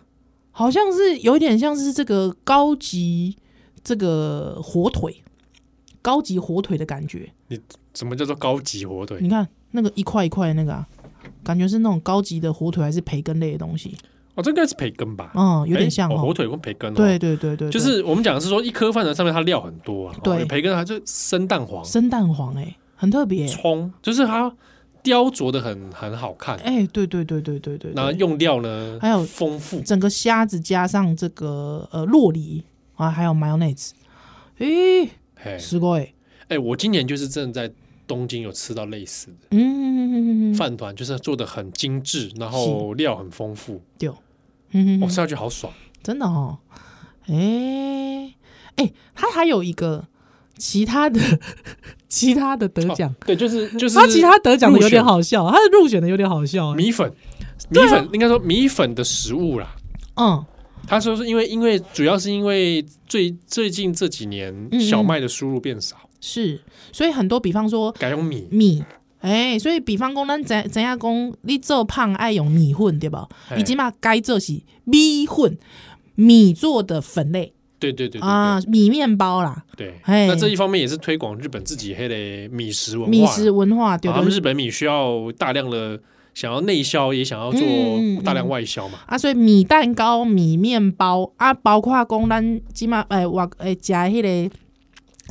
C: 好像是有点像是这个高级这个火腿，高级火腿的感觉。
B: 什么叫做高级火腿？
C: 你看那个一块一块的那个、啊，感觉是那种高级的火腿还是培根类的东西？
B: 哦，这应该是培根吧？
C: 嗯，有点像
B: 哎哦
C: 哦。
B: 火腿跟培根哦。
C: 对对对对，对
B: 就是我们讲的是说一颗饭团上面它料很多啊，哦
C: 对
B: 有培根它就生蛋黄、
C: 生蛋黄、哎，很特别、
B: 葱，就是它雕琢的很很好看，
C: 哎、对对对对对对
B: 然后
C: 对
B: 用料呢
C: 还有
B: 丰富，
C: 整个虾子加上这个呃洛梨啊，还有 mayonnaise，诶、
B: 嘿，
C: すごい，
B: 哎，我今年就是正在东京有吃到类似的
C: 嗯，
B: 饭团，就是做的很精致，然后料很丰富，哦
C: 对，嗯，
B: 我吃下去好爽，
C: 真的哦，哎、哎、它还有一个其他的其他的得奖
B: 哦，对，就是就是
C: 它其他得奖的有点
B: 入选
C: 好笑，它的入选的有点好笑、哎
B: 米粉，米
C: 啊
B: 粉应该说米粉的食物啦。
C: 嗯，
B: 他说是因为因为主要是因为最最近这几年
C: 嗯
B: 小麦的输入变少，
C: 是，所以很多比方说
B: 改用米，
C: 米。哎、所以比方讲，咱怎怎样讲，你做胖爱用米粉对吧？
B: 嘿
C: 伊即嘛该做是米粉，米做的粉类
B: 对对对对
C: 啊
B: 对，
C: 米面包啦，
B: 对。
C: 嘿
B: 那这一方面也是推广日本自己黑的米食文化，
C: 米食文化对
B: 啊他们
C: 对
B: 日本米需要大量的想要内销，也想要做
C: 嗯嗯嗯
B: 大量外销嘛。
C: 啊，所以米蛋糕、米面包啊，包括讲咱即嘛诶，我诶食迄个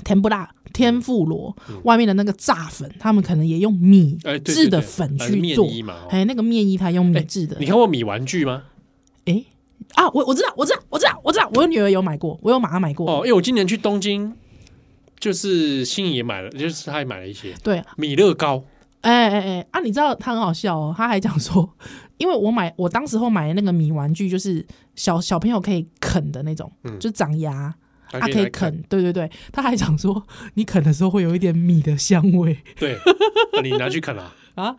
C: 甜不辣。天妇罗、外面的那个炸粉，他们可能也用米
B: 嗯哎对对
C: 制的
B: 对
C: 粉
B: 还是
C: 去
B: 面
C: 做，
B: 衣嘛哦
C: 哎，那个面衣它用米制的
B: 你，看过米玩具吗？
C: 哎啊，我我知道，我知道，我知道，我知道，我女儿有买过，我有马上买
B: 哦，
C: 过，
B: 因为我今年去东京，就是心仪也买了，就是他也买了一些
C: 对，
B: 米乐高，
C: 哎哎哎啊！你知道他很好笑哦，他还讲说， 因为我买我当时候买的那个米玩具，就是小小朋友可以啃的那种，
B: 嗯
C: 就长牙，
B: 还
C: 啊可以
B: 来看
C: 啃，对对对。他还讲说，你啃的时候会有一点米的香味
B: 对，啊你拿去啃啦。
C: 啊，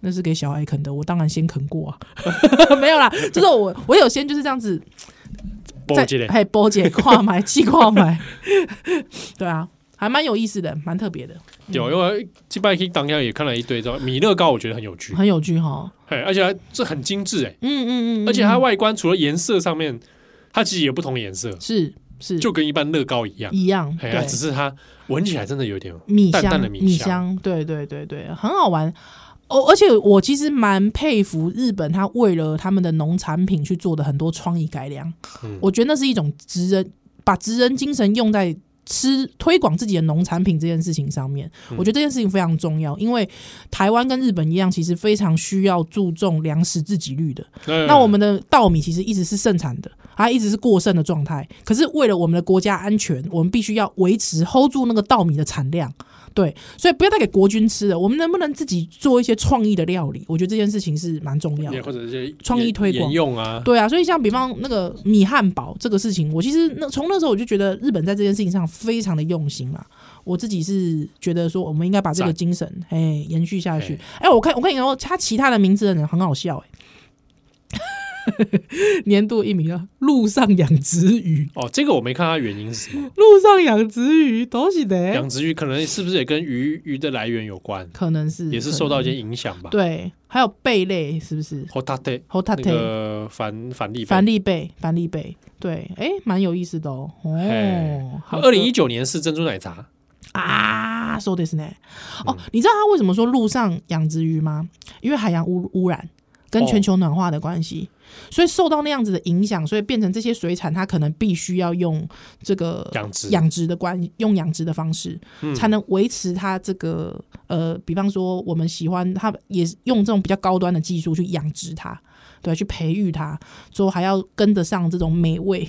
C: 那是给小孩啃的，我当然先啃过 啊，没有啦，就是我我有先就是这样子
B: 波吉嘞，
C: 还波姐跨买 气跨买，对啊，还蛮有意思的，蛮特别的，
B: 嗯有，因为这拜 K 当天也看了一堆，之后米乐高我觉得很有趣，
C: 很有趣哈，
B: 哎，而且它这很精致哎，
C: 嗯嗯嗯，嗯
B: 而且它外观除了颜色上面，它其实也不同颜色，
C: 是是
B: 就跟一般乐高一样，
C: 一样，
B: 哎
C: 对。
B: 呀，只是它闻起来真的有点
C: 米香，
B: 淡淡的
C: 米
B: 米香
C: 对对对对，很好玩。哦，而且我其实蛮佩服日本，他为了他们的农产品去做的很多创意改良，
B: 嗯
C: 我觉得那是一种职人把职人精神用在吃推广自己的农产品这件事情上面。
B: 嗯
C: 我觉得这件事情非常重要，因为台湾跟日本一样，其实非常需要注重粮食自给率的。
B: 嗯
C: 那我们的稻米其实一直是盛产的，它一直是过剩的状态。可是为了我们的国家安全，我们必须要维持 hold 住那个稻米的产量。对，所以不要再给国军吃了。我们能不能自己做一些创意的料理？我觉得这件事情是蛮重要
B: 也或
C: 的。
B: 者一些
C: 创意推广
B: 沿用啊，
C: 对啊，所以像比方那个米汉堡这个事情，我其实那从那时候我就觉得日本在这件事情上非常的用心啦。我自己是觉得说，我们应该把这个
B: 赞
C: 精神哎延续下去。哎、我看我看你说他其他的名字的人很好笑哎、 年度一名啊，路上养殖鱼，
B: 哦，这个我没看它原因是什么。
C: 路上养殖鱼都是的，
B: 养殖鱼可能是不是也跟鱼鱼的来源有关，
C: 可能是
B: 也是
C: 可能
B: 受到一些影响吧？
C: 嗯对，还有贝类是不是？
B: h o t a t e
C: 后塔
B: 那
C: 特
B: 个反反例
C: 凡利贝，凡利贝，对，哎、蛮有意思的哦。哦，好
B: 二零一九年是珍珠奶茶，
C: 啊，说的
B: 嗯
C: 是呢。哦，你知道他为什么说路上养殖鱼吗？因为海洋污污染跟
B: 哦
C: 全球暖化的关系，所以受到那样子的影响，所以变成这些水产它可能必须要用这个
B: 养殖嗯
C: 养殖的关用养殖的方式，才能维持它这个呃，比方说我们喜欢它也是用这种比较高端的技术去养殖它。对，去培育它，之后还要跟得上这种美味，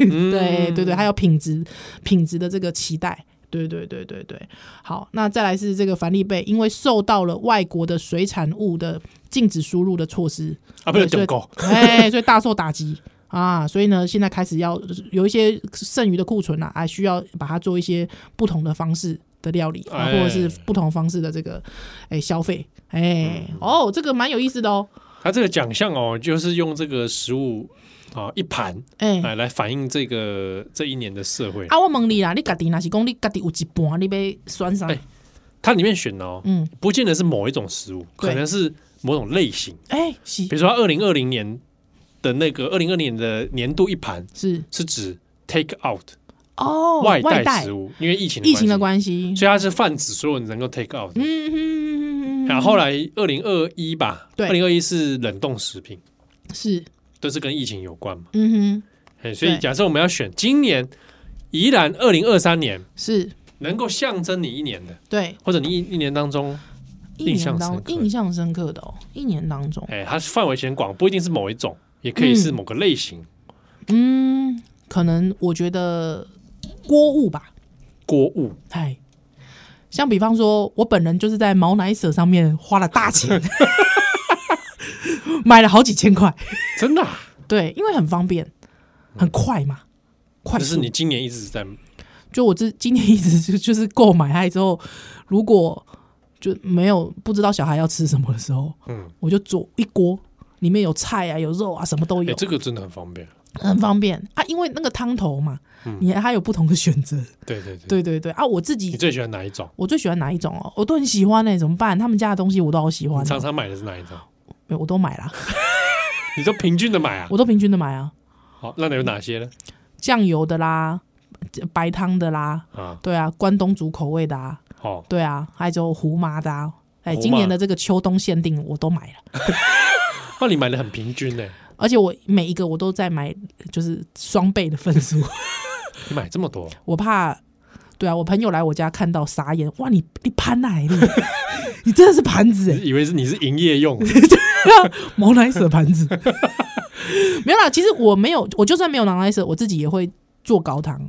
B: 嗯
C: 对对对，还有品质品质的这个期待。对对对对对，好，那再来是这个凡利贝，因为受到了外国的水产物的禁止输入的 措施，
B: 啊，不是
C: 对所
B: 点
C: 以
B: 狗，
C: 哎，所以大受打击啊，所以呢，现在开始要有一些剩余的库存啊，啊，需要把它做一些不同的方式的料理，啊、
B: 哎
C: 或者是不同方式的这个哎消费，哎，
B: 嗯
C: 哦，这个蛮有意思的哦，
B: 它这个奖项哦，就是用这个食物啊一盘
C: 哎，啊
B: 来来反映这个这一年的社会。
C: 啊，我问你啦，你家己若是讲你家己有一半，你要选啥？
B: 哎它里面选的哦，
C: 嗯，
B: 不见得是某一种食物，
C: 对
B: 可能是某种类型。
C: 哎、是
B: 比如说，二零二零年的那个二零二年的年度一盘
C: 是
B: 是指 take out
C: 哦，
B: 外
C: 带
B: 带食物，因为疫情
C: 疫情的
B: 系，
C: 关系，
B: 所以它是泛指所有能够 take out 的。
C: 嗯嗯嗯嗯，
B: 然后后来二零二一吧，
C: 对
B: 二零二一是冷冻食品，
C: 是
B: 都是跟疫情有关嘛。
C: 嗯
B: 哎所以
C: 对
B: 假设我们要选今年宜兰二零二三年
C: 哼是
B: 能够象征你一年的，
C: 对，
B: 或者你一一年当中，
C: 一
B: 印象
C: 年
B: 深
C: 当
B: 刻
C: 印象深刻的哦，一年当中，
B: 哎、它范围显广，不一定是某一种，也可以是
C: 嗯
B: 某个类型。
C: 嗯，可能我觉得锅物吧，
B: 锅物
C: 哎，像比方说，我本人就是在毛奶舍上面花了大钱， 买了好几千块，
B: 真的、啊，
C: 对，因为很方便，很快嘛，快
B: 就是
C: 速
B: 你。今年一直在
C: 就我这今天一直就就是购买爱之后，如果就没有不知道小孩要吃什么的时候，
B: 嗯，
C: 我就做一锅，里面有菜啊，有肉啊，什么都
B: 哎、
C: 有，
B: 这个真的很方便。
C: 很方便啊。因为那个汤头嘛
B: 嗯，
C: 你还有不同的选择。
B: 对对对，
C: 对对对啊，我自己
B: 你最喜欢哪一种？
C: 我最喜欢哪一种哦？我都很喜欢呢、怎么办？他们家的东西我都好喜欢
B: 你常
C: 哦、
B: 常买的是哪一种？
C: 没有我都买啦，
B: 你都平均的买啊？
C: 我都平均的买啊，
B: 好，那有哪些呢？
C: 酱油的啦，白汤的啦，
B: 啊，
C: 对啊，关东煮口味的啊，
B: 好，
C: 对啊，还有胡麻的啊，哎，
B: 胡麻
C: 今年的这个秋冬限定我都买了，
B: 那你买的很平均呢、
C: 而且我每一个我都在买，就是双倍的份数，
B: 你买这么多，
C: 我怕。对啊，我朋友来我家看到傻眼，哇，你你盘哪里？ 你真的是盘子哎、
B: 以为是你是营业用的，
C: 毛奶舍盘子。 没有啦，其实我没有，我就算没有毛奶舍，我自己也会做高汤，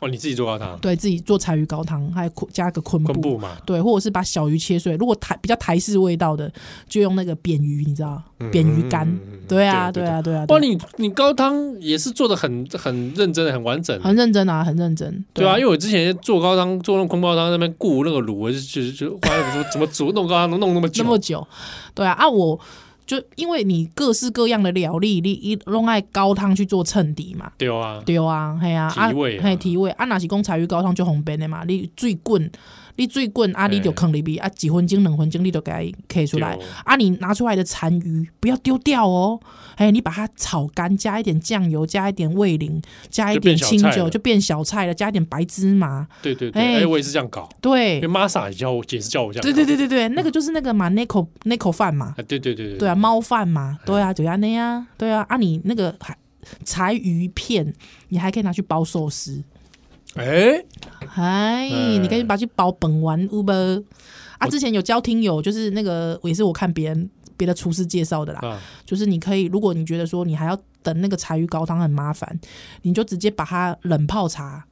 B: 哦，你自己做高汤，
C: 对自己做柴鱼高汤，还有加个昆布，
B: 昆布嘛，
C: 对，或者是把小鱼切碎。如果台比较台式味道的，就用那个扁鱼，你知道
B: 嗯
C: 扁鱼干
B: 嗯嗯嗯嗯，
C: 对啊，
B: 对
C: 对
B: 对
C: 啊，对啊，
B: 哇，
C: 对啊
B: 你你高汤也是做的很很认真、很完整，
C: 很认真啊，很认真，
B: 对啊，因为我之前做高汤，做那种空包汤，那边顾那个卤，我就就就发现说怎么煮弄高汤能弄那么久
C: 那，么久，对啊，啊我。就因为你各式各样的料理，你一弄爱高汤去做衬底嘛，
B: 对啊，
C: 对啊，嘿啊，啊
B: 提味啊
C: 嘿提味，啊，若是讲柴鱼高汤就方便的嘛，你水滚，你水滚啊，
B: 嘿
C: 你就放里边啊，几分钟、两分钟你就给它揢出来
B: 对哦，
C: 啊，你拿出来的残余不要丢掉哦，哎，你把它炒干，加一点酱油，加一点味淋，加一
B: 就变
C: 点
B: 小
C: 清
B: 菜了
C: 酒，就变小菜了，加一点白芝麻，
B: 对对对，
C: 哎
B: 哎，我也是这样搞，
C: 对
B: 因为，Masa 也教我，也是叫我这样搞，
C: 对对对对对，那个就是那个嘛，那口那口饭嘛，
B: 啊，对对对对
C: 对啊，，猫饭嘛，对啊，就安那啊，对啊，啊，你那个还柴鱼片，你还可以拿去包寿司。
B: 哎，
C: 嗨，
B: 嗯
C: 你可以把去保本玩 Uber 啊！之前有教听友，就是那个我也是我看别人别的厨师介绍的啦，
B: 啊，
C: 就是你可以，如果你觉得说你还要等那个柴鱼高汤很麻烦，你就直接把它冷泡茶，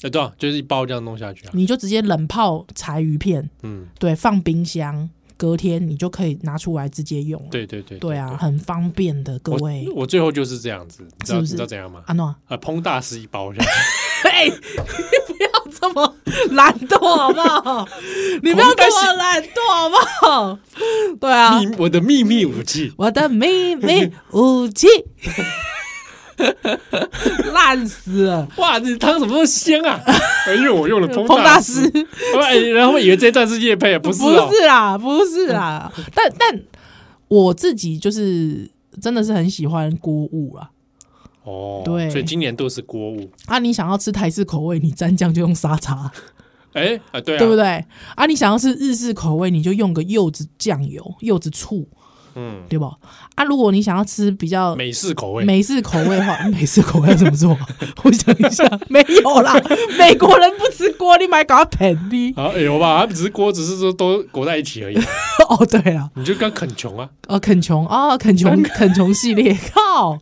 B: 哎对啊，就是一包这样弄下去啊，
C: 你就直接冷泡柴鱼片，
B: 嗯，
C: 对，放冰箱，隔天你就可以拿出来直接用了。
B: 对对对，
C: 对啊，很方便的，各
B: 我
C: 位。
B: 我最后就是这样子，你知道
C: 是不
B: 你
C: 是
B: 知道怎样吗？
C: 阿 诺，
B: 啊，烹大师一包这样，
C: 嘿，哎你不要这么懒惰好不好？ 你不要这么懒惰好不好？对啊，
B: 秘我的秘密武器，
C: 我的秘密武 器，烂死了，
B: 哇，这汤怎么那么香 啊？哎因为我用了烹
C: 彭大
B: 师
C: 师，，
B: 哎，然后以为这段是叶配，不是哦嗯
C: 不，是啦，不是啦，但但我自己就是真的是很喜欢锅物啦。
B: 哦，
C: 对
B: 所以今年都是锅物，
C: 啊，你想要吃台式口味，你蘸酱就用沙茶，
B: 哎啊，对啊，
C: 对不对？啊，你想要吃日式口味，你就用个柚子酱油、柚子醋，
B: 嗯，
C: 对吧？啊，如果你想要吃比较
B: 美式口味，
C: 美式口味的话， 美式口味要怎么做？ 我想一下，没有 啦，美国人不吃锅，你买搞盆你。
B: 啊，有吧？他们只是锅，只是说都裹在一起而已。
C: 哦，对了，
B: 你就刚啃穷啊，
C: 哦，肯琼，哦，肯琼，肯琼系列，靠，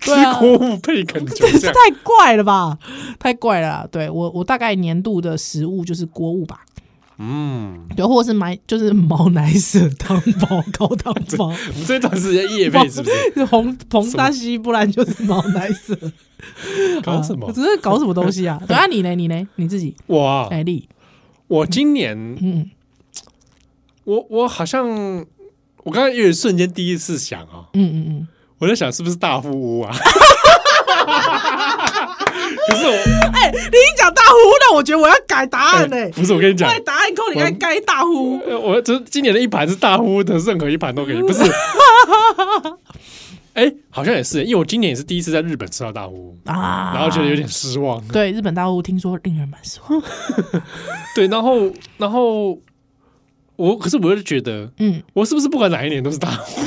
B: 吃
C: 对啊
B: 锅物配啃穷
C: 真
B: 这
C: 是
B: 样。
C: 太怪了吧，太怪了啦。对我，我大概年度的食物就是锅物吧，
B: 嗯，
C: 对，或者是买就是毛奶舍汤包、高汤 包。
B: 我们这段是在夜配是不是？
C: 红红沙西，不然就是毛奶舍。
B: 搞 什么
C: 啊？只是搞什么东西 啊？对啊，你呢？你呢？你自己？
B: 哇，
C: 哎，丽，
B: 我今年
C: 嗯，
B: 我我好像我刚刚有一瞬间第一次想啊、
C: 嗯嗯
B: 我在想是不是大富屋啊？不是我，呃
C: 你一讲大呼，那我觉得我要改答案呢、
B: 不是我跟你讲
C: 快，答案扣你该该大呼。
B: 呃我这今年的一盘是大呼的，任何一盘都可以，不是？ 哎、好像也是，因为我今年也是第一次在日本吃到大呼，
C: 啊，
B: 然后觉得有点失望。
C: 对日本大雾，听说令人蛮失望。
B: 对，然后然后我，可是我又觉得，
C: 嗯，
B: 我是不是不管哪一年都是大呼？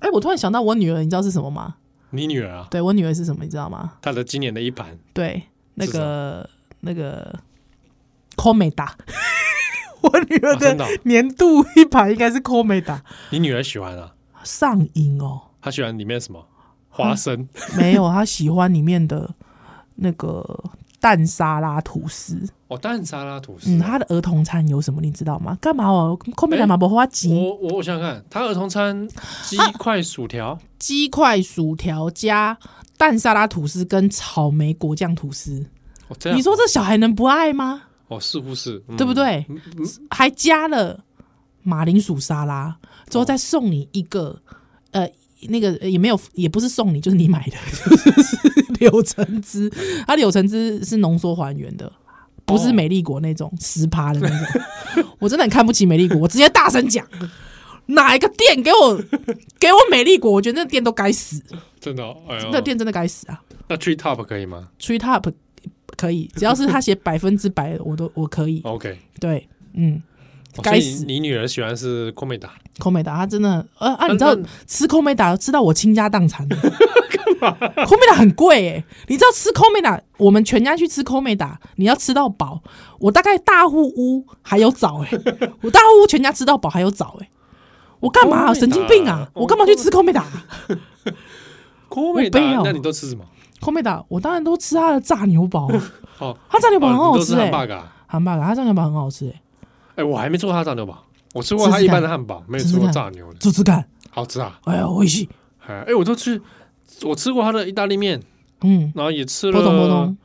C: 哎、我突然想到我女儿，你知道是什么吗？
B: 你女儿啊，
C: 对我女儿是什么，你知道吗？
B: 她的今年的一盘，
C: 对，那
B: 是什
C: 个那个 c o m e d a 我女儿
B: 啊真的哦
C: 的年度一盘应该是 c o m e d a
B: 你女儿喜欢啊，
C: 上瘾哦，
B: 她喜欢里面什么花生、
C: 没有，她喜欢里面的那个蛋沙拉吐司。
B: 哦，蛋沙拉吐司。
C: 嗯，她的儿童餐有什么你知道吗？干嘛哦 c o m e d a 嘛不花鸡
B: 我我我想想看，她儿童餐鸡块薯条，
C: 鸡块、薯条加蛋沙拉吐司跟草莓果酱吐司。
B: 哦这样
C: 你说这小孩能不爱吗？
B: 哦似乎是，嗯
C: 对不对
B: 嗯嗯
C: 还加了马铃薯沙拉，之后再送你一个、呃。那个呃也没有，也不是送你，就是你买的， 就是柳橙汁。它柳橙汁是浓缩还原的，不是美丽果那种十趴的那种。 我真的很看不起美丽果，我直接大声讲，哪一个店给 我给我美丽果？我觉得那店都该死，
B: 真的哦，哎呦
C: 那店真的该死啊
B: 那 Tree Top 可以吗
C: ！Tree Top 可以，只要是他写百分之百，我都我可以。
B: ？OK，
C: 对，嗯，
B: 哦所
C: 该
B: 以
C: 死
B: 你你女儿喜欢是啊空美达，
C: 空美达，他真的，呃啊，
B: 那
C: 你知道
B: 那
C: 吃空美达吃到我倾家荡产 的，空美达很贵耶、你知道吃空美达，我们全家去吃空美达，你要吃到饱，我大概大户屋还有枣 哎、我大户屋全家吃到饱还有枣哎、我干嘛、
B: Komeda
C: 神经病啊！
B: 哦
C: 我干嘛去吃空美达？
B: 空
C: 美
B: 美
C: 达
B: 达
C: 我不要，
B: 啊那你都吃什么？
C: 空美达，我当然都吃它的炸牛堡啊，
B: 哦，
C: 它炸牛堡很
B: 哦
C: 好
B: 你都
C: 吃
B: 吃汉
C: 哎、
B: 堡啊！
C: 汉堡，它炸牛堡很好吃哎、
B: 哎，我还没做过他炸牛堡，我吃过他
C: 试试
B: 一般
C: 看
B: 的汉堡，没有
C: 试试
B: 吃过
C: 看
B: 炸牛的，
C: 吃吃看，
B: 好吃啊！
C: 哎呀，我也是，
B: 哎，哎我都吃，我吃过他的意大利面，
C: 嗯，
B: 然后也吃
C: 波
B: 了
C: 动波动。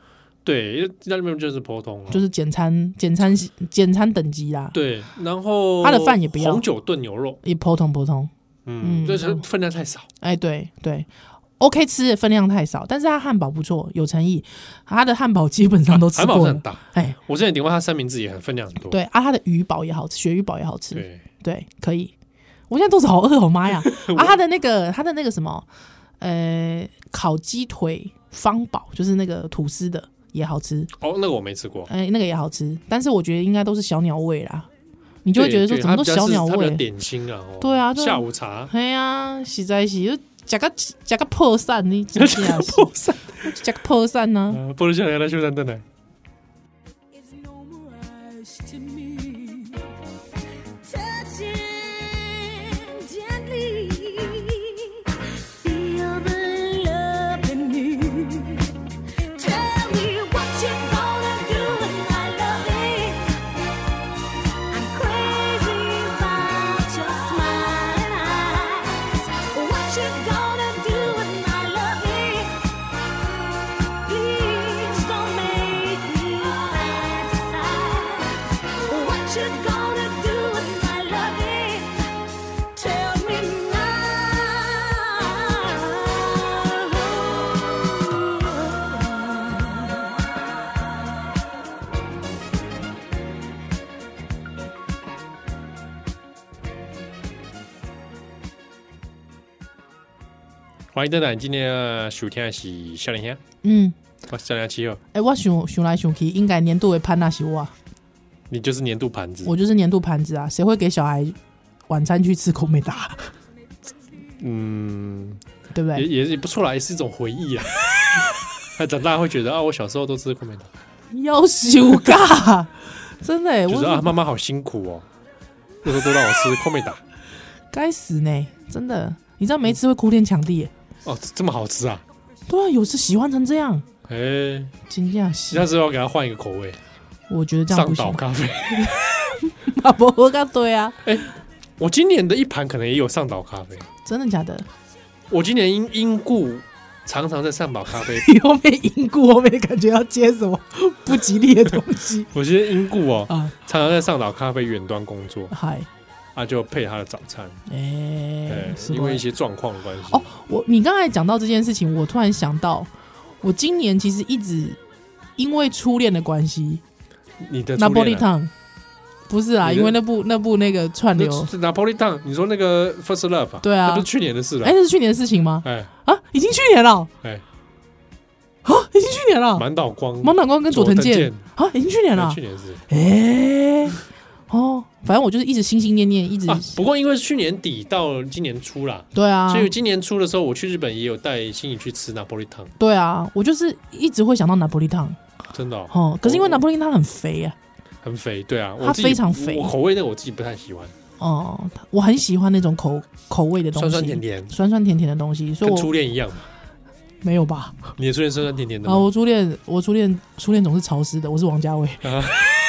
B: 对，因为意大利面就是普通啊，
C: 就是简餐、简餐、简餐等级啦，
B: 对，然后
C: 他的饭也不要
B: 红酒炖牛肉，
C: 也普通普通。
B: 嗯，
C: 嗯
B: 就是分量太少，
C: 哎，对对，OK 吃的分量太少，但是它汉堡不错，有诚意。它的汉堡基本上都吃
B: 汉堡
C: 过
B: 是
C: 了
B: 很。大，
C: 哎，
B: 我之前点过他三明治也很分量很多，
C: 对啊，它的鱼堡也好吃，鳕鱼堡也好吃。
B: 对，
C: 对，可以。我现在肚子好饿 哦，妈呀！啊，它的那个它的那个什么，呃，烤鸡腿方堡，就是那个吐司的也好吃，
B: 哦，那个我没吃过，
C: 哎，那个也好吃，但是我觉得应该都是小鸟胃啦，你就会觉得说
B: 对
C: 怎么都
B: 对它比较
C: 小
B: 是
C: 鸟
B: 它比较
C: 胃。
B: 点心啊，哦
C: 对啊对啊
B: 下午茶，
C: 哎呀，实在是就食个食个破散，你真 是啊，
B: 破散，
C: 食个破啊散呢、
B: 呃不如就来来秀山蛋奶，
A: It's no more ice to me. Touching gently. Feel the love in me. Tell me what you gonna do when I love it. I'm crazy about your smiling eyes. What you gonna do when I love it? Please don't make me fantasize. What you gonna do with my loving? Tell me now.
B: 欢迎蛋奶，今天啊收听的是笑脸兄，
C: 嗯，
B: 我是笑脸七号，
C: 哎、我想想来想去，应该年度的潘那是我啊，
B: 你就是年度盘子，
C: 我就是年度盘子啊，谁会给小孩晚餐去吃口美达，
B: 嗯，
C: 对不
B: 也
C: 对？
B: 也也不错啦，也是一种回忆啊。 他长大会觉得啊，我小时候都吃昆明的，
C: 要休 假，真的、欸，
B: 就
C: 我
B: 是啊，妈妈好辛苦哦，那时候都让我吃 昆明的，
C: 该死呢，真的，你知道没吃会哭天抢地、欸，
B: 哦，这这么好吃啊！
C: 对啊，有时喜欢成这样，
B: 哎、
C: 惊讶
B: 其
C: 死，
B: 他时候要给他换一个口味，
C: 我觉得这
B: 上
C: 样不
B: 岛
C: 行，
B: 咖啡。
C: 马伯伯刚对啊，
B: 我今年的一盘可能也有上岛咖啡。
C: 真的假的？
B: 我今年因因故常常在上岛咖 啡，
C: 你后面因故后面感觉要接什么不吉利的东西
B: 我今天因故哦，
C: 啊？
B: 常常在上岛咖啡远端工作，
C: 嗨，
B: 啊，就配他的早餐。
C: 哎
B: 哎，，
C: すごい哦
B: 因为一些状况的关系。
C: 哦，我你刚才讲到这件事情，我突然想到，我今年其实一直因为初恋的关系，
B: 你的
C: 拿
B: 初
C: 玻
B: 恋啊
C: 璃烫，不是啊，
B: 你的
C: 因为那部那部那个串
B: 那
C: 流，
B: 是拿玻璃烫，你说那个 First Love，啊
C: 对啊
B: 那不是去年的事了
C: 哎，，那是去年的事情吗？
B: 哎
C: 啊，已经去年了，
B: 哎，
C: 啊，已经去年了。
B: 满岛光，
C: 芒岛光跟佐藤健
B: 健，
C: 啊，已经去年了
B: 去。年的事
C: 哎，哦，反正我就是一直心心念念，一直
B: 啊。不过因为去年底到今年初啦，
C: 对啊，
B: 所以今年初的时候，我去日本也有带心仪去吃拿玻璃烫，
C: 对啊，我就是一直会想到拿破利烫
B: 真的哦
C: 哦。可是因为
B: 我
C: 拿破利烫很肥啊，
B: 很肥，对啊，我
C: 它
B: 自己
C: 非常肥
B: 我口味那个我自己不太喜欢，
C: 哦，我很喜欢那种口口味的东西，
B: 酸酸甜甜，
C: 酸酸甜甜的东西，所以
B: 跟
C: 我
B: 初恋一样 嘛。
C: 没有吧？
B: 你的初恋酸酸甜甜的
C: 啊，
B: 吗？
C: 我初恋，我初恋，初恋总是潮湿的。我是王家卫，
B: 啊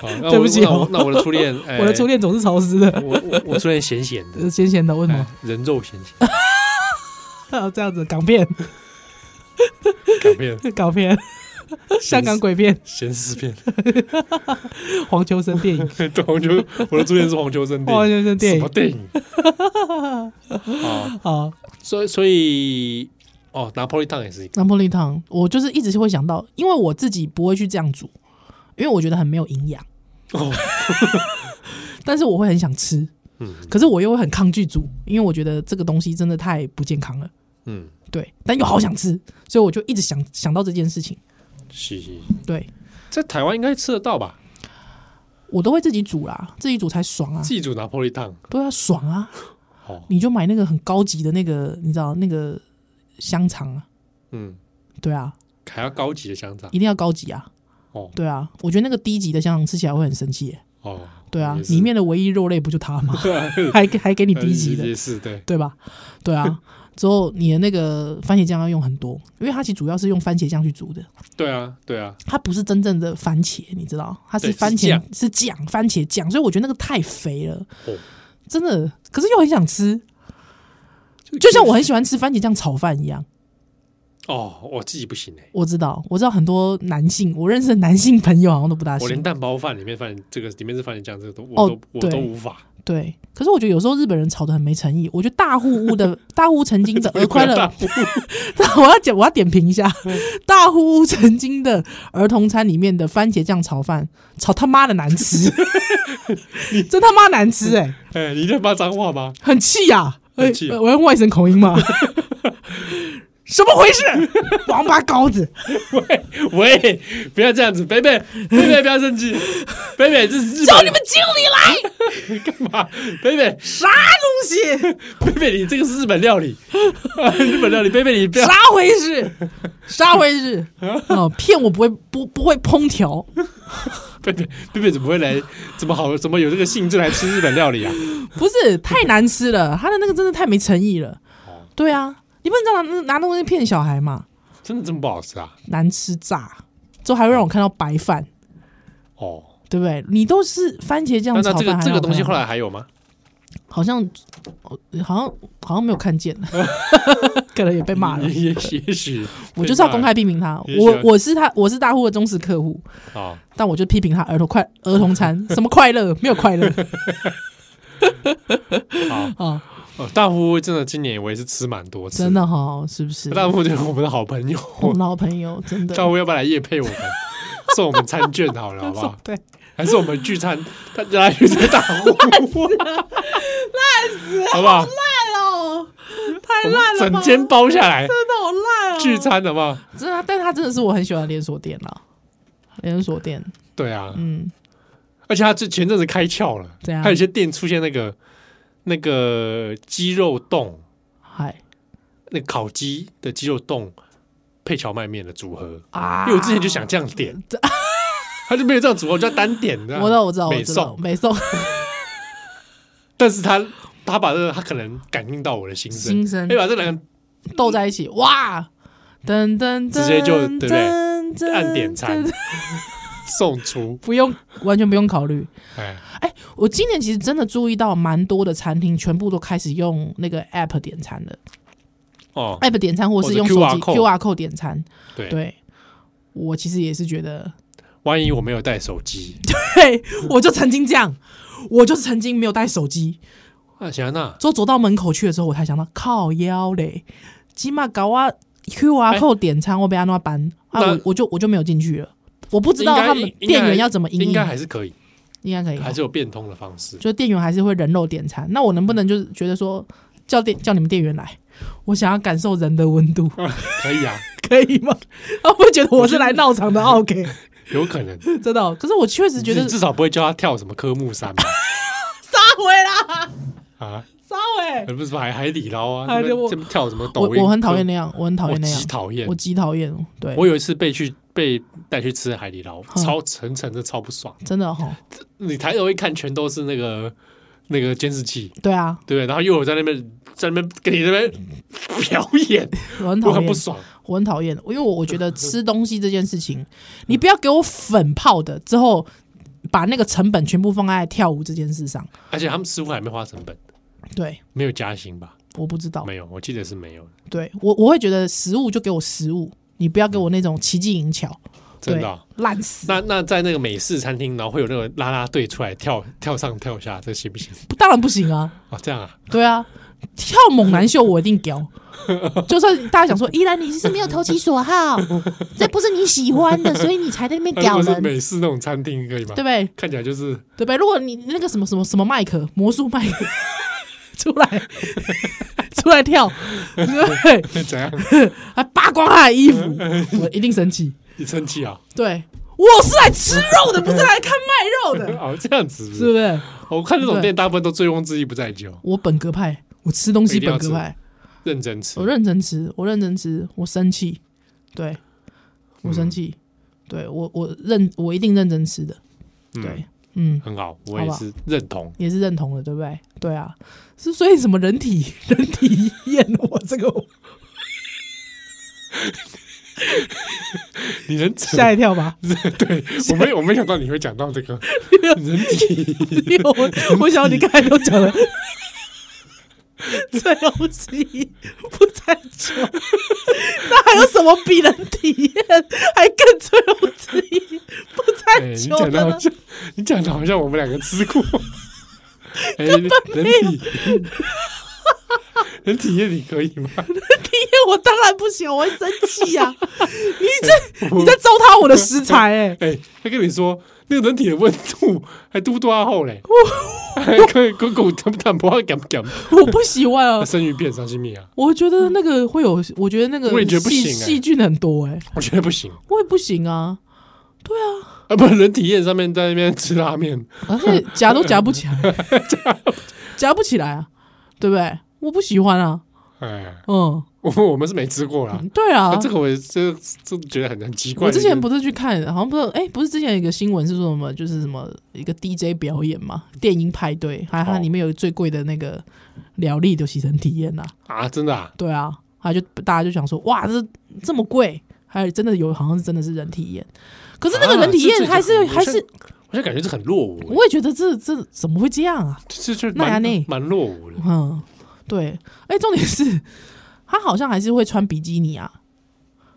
B: 好那我
C: 对不起
B: 那
C: 哦
B: 我那我的初恋， 哎
C: 我的初，恋总是潮湿的，
B: 我我我初恋咸咸的，
C: 呃咸咸的。为什么
B: 哎？人肉咸咸，哎
C: 啊这样子，港片，
B: 港片
C: 港片，香港鬼片，
B: 咸湿片，
C: 黄秋生电影，
B: 对，黄秋，我的初恋是黄秋生电
C: 黄
B: 影，
C: 秋
B: 什
C: 生电
B: 么
C: 影
B: 电影？啊，
C: 啊，
B: 所以所以哦，拿玻璃烫也是一个，
C: 拿破利汤，我就是一直会想到，因为我自己不会去这样煮，因为我觉得很没有营养，
B: 哦，
C: 但是我会很想吃，
B: 嗯
C: 可是我又会很抗拒煮，因为我觉得这个东西真的太不健康了，
B: 嗯，
C: 对，但又好想吃，所以我就一直想想到这件事情，
B: 是是，是
C: 对
B: 在台湾应该吃得到吧？
C: 我都会自己煮啦，自己煮才爽啊，
B: 自己煮拿玻璃烫，
C: 对啊，爽啊。
B: 好，
C: 你就买那个很高级的那个，你知道那个香肠啊，
B: 嗯，
C: 对啊，
B: 还要高级的香肠
C: 一定要高级啊，
B: 哦
C: 对啊，我觉得那个低级的香肠吃起来会很生气耶，
B: 哦，
C: 对啊
B: 也，是
C: 里面的唯一肉类不就它吗？
B: 对啊
C: 还给还给你低级
B: 也
C: 的，
B: 也是对，
C: 对吧？对啊，之后你的那个番茄酱要用很多，因为它其实主要是用番茄酱去煮的，
B: 对啊，对啊，
C: 它不是真正的番茄，你知道，它
B: 对
C: 是
B: 是
C: 番茄
B: 酱
C: 是酱番茄酱，所以我觉得那个太肥了
B: 哦，
C: 真的，可是又很想吃，就像我很喜欢吃番茄酱炒饭一样。
B: 哦，我自己不行哎，
C: 我知道，我知道很多男性，我认识的男性朋友好像都不大
B: 我连
C: 行。
B: 蛋包饭里面饭这个里面是番茄酱，这个都
C: 啊哦
B: 我都我
C: 对
B: 都无法，
C: 对，可是我觉得有时候日本人炒的很没诚意。我觉得大户 屋的大户曾经的儿 快乐， 我要讲，我要点评一下大户屋曾经的儿童餐里面的番茄酱炒饭，炒他妈的难 吃，真他妈难吃哎、
B: 哎，你一定骂脏话吗？
C: 很气呀、啊！
B: 很气
C: 呃我用外省口音 嘛，什么回事？王八羔子！
B: 喂喂，不要这样子，北北北北不要生气，北北这是日
C: 叫
B: 本
C: 你们经理来，
B: 干嘛？北北
C: 啥东西？
B: 贝贝，你这个是日本料理， 啊日本料理，贝贝你不要
C: 啥回事？啥回 事？哦，骗我不会不不会烹调，
B: 贝贝贝贝怎么会来？怎么好？怎么有这个兴致来吃日本料理啊？
C: 不是太难吃了，他的那个真的太没诚意了。对啊，你不能这样拿拿东西骗小孩嘛，
B: 真的这么不好吃啊？
C: 难吃炸，之后还会让我看到白饭，
B: 哦，
C: 对不对？你都是番茄
B: 那
C: 酱
B: 那
C: 炒
B: 这个
C: 饭，
B: 这
C: 还
B: 个
C: 让我
B: 东西
C: 看
B: 后
C: 到
B: 来还有吗？
C: 好像呃好像好像没有看见， 可能也被骂了。
B: 也也也许
C: 我就是要公开批评他，
B: 也
C: 我
B: 许
C: 我是他我是大户的忠实客户，
B: 啊，
C: 但我就批评他儿童快儿 童餐什么快乐没有快乐
B: 好，
C: 啊，
B: 呃大夫真的今年我也是吃蛮多次，
C: 真的嗯哈，是不是？
B: 大夫就是我们的好朋友，
C: 我们老朋友真的
B: 大夫要不要来夜配我 们？送我们餐券好了，好不好？
C: 对，
B: 还是我们聚餐，大家来聚餐大户，好不好？
C: 烂哦，太
B: 我
C: 烂
B: 们
C: 了吧，
B: 整间包下来
C: 真的好烂哦，
B: 聚餐，好不好？
C: 真的啊，但他真的是我很喜欢的连锁店啦，连锁店，
B: 对啊，
C: 嗯，
B: 而且他这前阵子开窍了，
C: 怎样
B: 还有一些店出现那个那个鸡肉冻，
C: 嗨
B: 那个烤鸡的鸡肉冻配荞麦面的组合，
C: 啊
B: 因为我之前就想这样点， 他就没有这样组合，我就要单点的。
C: 啊我知道，我知道，我
B: 美
C: 知道，
B: 颂，
C: 美颂
B: 但是他他把这个他可能感应到我的心声，
C: 心声
B: 哎，把这两个
C: 斗在一起，哇，噔噔噔，
B: 直接就对不对
C: 噔噔
B: 按点餐
C: 噔
B: 送出，
C: 不用，完全不用考虑。
B: 哎，
C: 哎，我今年其实真的注意到蛮多的餐厅，全部都开始用那个 app 点餐了
B: 哦，
C: ，app 点餐或
B: 或
C: 是
B: 者
C: 用手
B: QR
C: 机
B: code
C: QR code 点餐。
B: 对，
C: 哎对，我其实也是觉得
B: 万一我没有带手机，
C: 对，我就曾经这样，我就是曾经没有带手机，
B: 啊，小安娜，
C: 之后走到门口去的时候，我才想到靠腰嘞，起码搞啊 Q R
B: 哎
C: code 点餐，我被安诺搬啊，
B: 那
C: 我我就我就没有进去了，我不知道
B: 应该
C: 他们
B: 应该
C: 店员要怎么营
B: 应
C: 应
B: 该，还是可以，
C: 应该可以哦，
B: 还是有变通的方式。
C: 就店员还是会人肉点餐。那我能不能就是觉得说叫店叫你们店员来，我想要感受人的温度，
B: 可以啊，
C: 可以吗？他会觉得我是来闹 场的哦 OK，
B: 有可 能。
C: 真的哦、可是我确实觉得
B: 你至少不会叫他跳什么科目三吧？
C: 杀回啦，
B: 啊，
C: 杀回。
B: 而不是海海底捞啊，
C: 哎
B: 这边
C: 对我
B: 这边跳什么抖
C: 我
B: 音？
C: 我很讨厌那样，我很讨
B: 我
C: 厌那样
B: 极，讨厌
C: 我。极讨厌哦。对，
B: 我有一次被去被带去吃海底捞，
C: 嗯
B: 超层层的超不爽。
C: 真的哦哈，
B: 你抬头一看，全都是那个那个监视器，
C: 对啊，
B: 对不对？然后又有在那边在那边给你那边 表演，
C: 我很
B: 我
C: 讨
B: 很
C: 厌
B: 不，爽。
C: 我很讨厌，因为我我觉得吃东西这件事情，你不要给我粉泡的，之后把那个成本全部放在跳舞这件事上。
B: 而且他们似乎还没花成本，
C: 对，
B: 没有加薪吧？
C: 我不知道，
B: 没有，我记得是没有的，
C: 对我我会觉得食物就给我食物，你不要给我那种奇技淫巧，
B: 真
C: 对
B: 的啊、，
C: 烂死。
B: 那那在那个美式餐厅，然后会有那个啦啦队出来跳跳上跳下，这行不 行？
C: 当然不行啊，
B: 哦，这样啊，
C: 对啊，跳猛男秀我一定 屌。就算大家想说，依然你是没有投其所好，这不是你喜欢的，所以你才在那边
B: 呃如
C: 屌
B: 果是
C: 人，
B: 美式那种餐厅可以吗？
C: 对不对？
B: 看起来就是
C: 对不对？如果你那个什么什么什么麦克魔术麦克出来出来跳，对不对，
B: 怎样？
C: 还扒光他的衣服，我一定生气。
B: 你生气啊？
C: 对，我是来吃肉的，不是来看卖肉的，
B: 哦，这样子
C: 是不是？
B: 哦我看这种
C: 对
B: 店大部分都醉翁之意不在酒，
C: 我本格派，我吃东西
B: 一定要
C: 本格
B: 吃
C: 派，
B: 认真吃
C: 我。认真吃，我认真吃，我生气，对我生气，对我我认我一定认真吃的，
B: 嗯
C: 对，嗯，
B: 很好，我
C: 好
B: 也
C: 不好
B: 是认同。
C: 也是认同的，对不对？对啊，是所以什么人体 人体验我 这个我
B: 你能
C: 吓一跳吧？
B: 对我没我没想到你会讲到这 个人体，
C: 因为我我想你刚才都 讲了，最后之一不在酒，那还有什么比人体验还更最后之一不
B: 哎
C: 在
B: 你
C: 酒
B: 讲
C: 的
B: 到
C: 呢
B: 好？像 你讲的好像我们两个吃 过，哎，人体， 人体验你可以吗？
C: 体验我当然不行，我会生 气呀、你这你在糟蹋我的食材哎、
B: 哎、他跟你说那个人体的温度还嘟多厚嘞，还跟跟狗他们他们不要讲讲
C: 我不喜 欢啊！
B: 生鱼片、伤心面啊，
C: 我觉得那个会有，我觉得那个
B: 我也觉得不
C: 细
B: 行哎
C: 细菌很多哎、
B: 我觉得不行
C: 我也不行啊，
B: 啊！不，人体验上面在那边吃拉面，
C: 而且夹都夹不起来， 夹不起来啊，对不对？我不喜欢啊，
B: 哎，
C: 嗯，
B: 我我们是没吃过啦。
C: 对啊
B: 啊，，这个我也这这觉得很很奇怪。
C: 我之前
B: 不
C: 不是去看，好像不是，哎、不是之前有一个新闻是说什么，就是什么一个 DJ 表演嘛，电音派对，还有它
B: 哦
C: 里面有最贵的那个疗力的洗身体验呐、
B: 啊，真的啊，
C: 对啊，他就大家就想说，哇，这这么贵，还有真的有好像是真的是人体验，可是那个人体验还是、
B: 啊这这
C: 还是，
B: 我就感觉这很落伍、欸，
C: 我也觉得这这怎么会这样啊？
B: 这这
C: 那
B: 蛮
C: 样呢
B: 蛮落伍的。
C: 嗯，对，哎、重点是他好像还是会穿比基尼啊，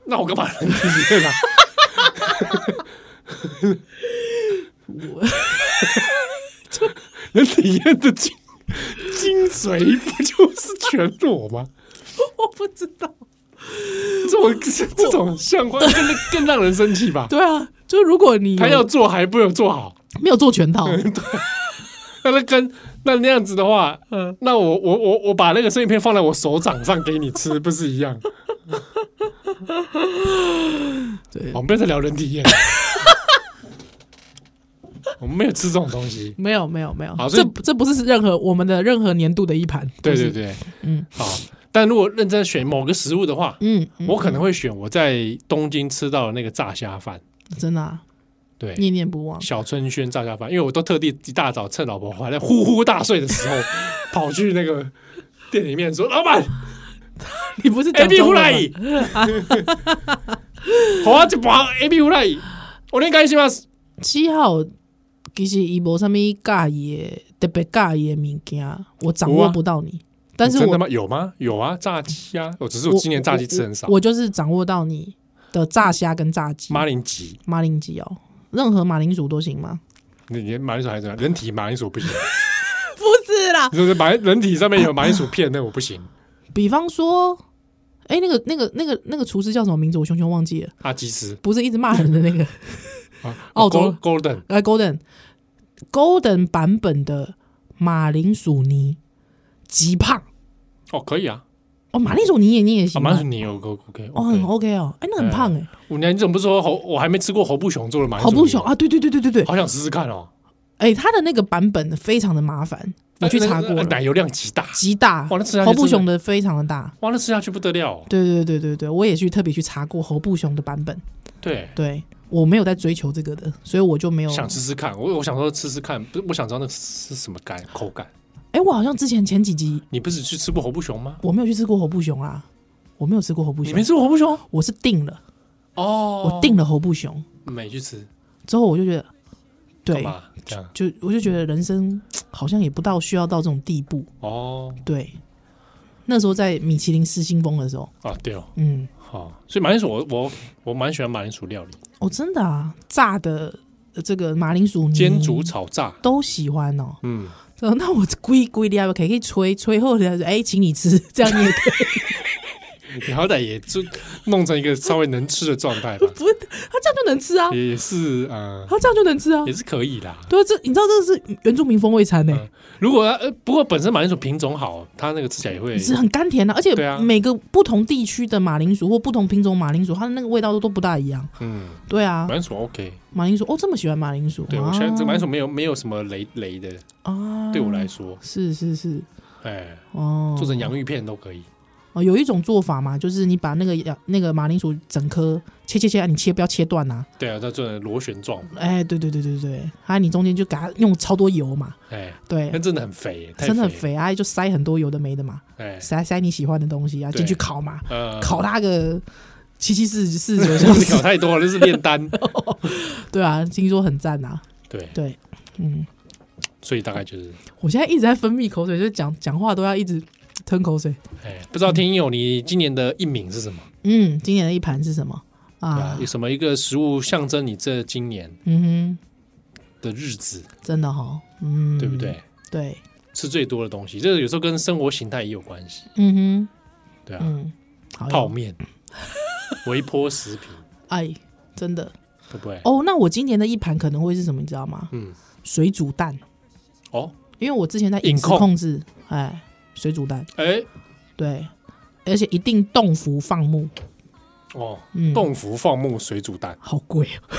B: 那我干 嘛人体验啊？ 人体验的精精髓不就是全裸吗？
C: 我不知道。
B: 这种这种相关更更让人生气 吧？
C: 对啊，就是如果你有
B: 他要做还不有做好，
C: 没有做全套，
B: 那他跟那那样子的话，
C: 嗯
B: 那我我我我把那个生鱼片放在我手掌上给你吃，不是一 样？
C: 对
B: 我，们不要再聊人体验， 我们没有吃这种东西。
C: 没有没有没有
B: 好，所
C: 这
B: 以
C: 这不是任何我们的任何年度的一盘，
B: 对
C: 不
B: 对
C: 是，
B: 对，
C: 嗯
B: 好。但如果认真选某个食物的话，
C: 嗯，嗯
B: 我可能会选我在东京吃到的那个炸虾饭，
C: 真的啊
B: 对，
C: 念念不忘，
B: 小春轩炸虾饭，因为我都特地一大早趁老婆还在呼呼大睡的时 候，跑去那个店里面说：“老板
C: 你不是
B: ，A
C: 讲
B: B
C: 中
B: 胡
C: 文吗
B: 来，啊 好啊，一盘 A B 胡来，我连该します。
C: 七号其实伊无啥物介意的特别介意的物件，我掌
B: 有啊
C: 握不到你，但是
B: 真
C: 我
B: 的吗？有吗？有啊，炸鸡啊，我只是
C: 我
B: 我今年炸鸡吃很少
C: 我，我就是掌握到你的炸虾跟炸鸡，
B: 马铃鸡，
C: 马铃鸡哦，任何马铃薯都行吗？
B: 你你马铃薯还是怎么样？人体马铃薯不行，
C: 不是啦，
B: 你说这马人体上面有马铃薯片，那我不行。
C: 比方说，哎、哎、那个那个那个那个厨师叫什么名字？我熊熊忘记了，
B: 阿基斯
C: 不是一直骂人的那个，
B: 啊
C: 澳洲
B: Gold- Golden
C: 呃，Golden Golden 版本的马铃薯泥，极胖
B: 哦，可以啊，
C: 哦，马铃薯泥也你也
B: 啊，
C: 行吗、
B: 蛮薯泥 OK OK
C: 哦，很 OK 哦，哎、那很胖哎、
B: 我娘，你怎么不说猴？我还没吃过猴布熊做的马铃薯
C: 好
B: 泥
C: 不熊，啊，对对对对对对，
B: 好想试试看哦。
C: 哎、它的那个版本非常的麻烦，我去查过
B: 那那
C: 了，
B: 奶油量极大，
C: 极大，
B: 哇那吃下去
C: 猴不
B: 真的
C: 熊的非常的大，
B: 哇，那吃下去不得了哦。
C: 对对对对对，我也去特别去查过猴不熊的版本，
B: 对，
C: 对我没有在追求这个的，所以我就没有
B: 想吃吃看，我我想说吃吃看，不是我想知道那个是什么感口感。
C: 哎、我好像之前前几集
B: 你不是去吃过猴布熊吗？
C: 我没有去吃过猴不熊啊，我没有吃过猴不
B: 你
C: 熊
B: 没，吃过猴布熊？
C: 我是订了，
B: 哦，
C: 我订了猴不熊
B: 没去吃，
C: 之后，我就觉得，
B: 干
C: 对，
B: 嘛哎这样？
C: 就我就觉得人生好像也不到需要到这种地步。
B: 哦，
C: 对，那时候在米其林失心疯的时候，
B: 啊，对哦，
C: 嗯，
B: 好，所以马铃薯我我我蛮喜欢马铃薯料理，
C: 哦，真的啊，炸的呃这个马铃薯泥
B: 煎、煮、炒、炸，
C: 都喜欢哦。
B: 嗯，
C: 呃那我规规的啊，可以可以吹吹后的，哎、请你吃， 这样你也可以。，
B: 你好歹也就弄成一个稍微能吃的状态吧
C: 不是，他这样就能吃 啊，
B: 也是呃，
C: 他这样就能吃啊
B: 也。是可以啦。
C: 对啊，这你知道这个是原住民风味餐呢、欸
B: 嗯如果呃，不过本身马铃薯品种好，它那个吃起来也会
C: 是很甘甜的、而且
B: 对啊
C: 每个不同地区的马铃薯或不同品种马铃薯，它的那个味道都都不大一样。
B: 嗯，
C: 对啊
B: 马，铃薯 OK。
C: 马铃薯哦，这么喜欢马铃薯，
B: 对
C: 啊
B: 我喜欢这个马铃薯没有没有什么雷雷的，
C: 啊，
B: 对我来说，
C: 是是是
B: 哎，
C: 哦，
B: 做成洋芋片都可以。
C: 哦，有一种做法嘛，就是你把那个洋那个马铃薯整颗切切切，啊你切不要切断呐、
B: 对啊，它做成螺旋状，
C: 啊，哎，对对对对对，还、有你中间就给它用超多油嘛，
B: 哎，
C: 对
B: 那。真的很肥，太
C: 嗯真的很
B: 肥，
C: 肥啊，就塞很多油的没的嘛，
B: 哎，
C: 塞塞你喜欢的东西啊，
B: 对
C: 进去烤嘛，
B: 呃，
C: 烤它个七七四四十九 小
B: 你
C: 时
B: 烤，太多了，那是炼 丹。
C: 对啊，听说很赞呐、
B: 对，
C: 对，嗯，
B: 所以大概就是，
C: 我现在一直在分泌口水，就是讲讲话都要一直吞口水。
B: 哎，不知道听友你今年的印名是什么？
C: 嗯，今年的一盘是什么
B: 对
C: 啊
B: 啊，有？什么一个食物象征你这今年
C: 嗯
B: 的日子，
C: 哼，真的哈、嗯，
B: 对不？对？
C: 对，
B: 吃最多的东西，这个有时候跟生活形态也有关系，
C: 嗯
B: 对
C: 哼，
B: 啊，
C: 嗯，好
B: 泡
C: 哟，
B: 面、 微波食品，
C: 哎，真的
B: 对不对？
C: 哦。那我今年的一盘可能会是什么，你知道吗？
B: 嗯，
C: 水煮蛋，
B: 哦，
C: 因为我之前在饮
B: 饮
C: 食
B: 控
C: 控制，哎，水煮蛋，
B: 哎，
C: 对，而且一定冻服放牧，
B: 哦，
C: 嗯，
B: 冻福放牧水煮蛋，
C: 好贵哦，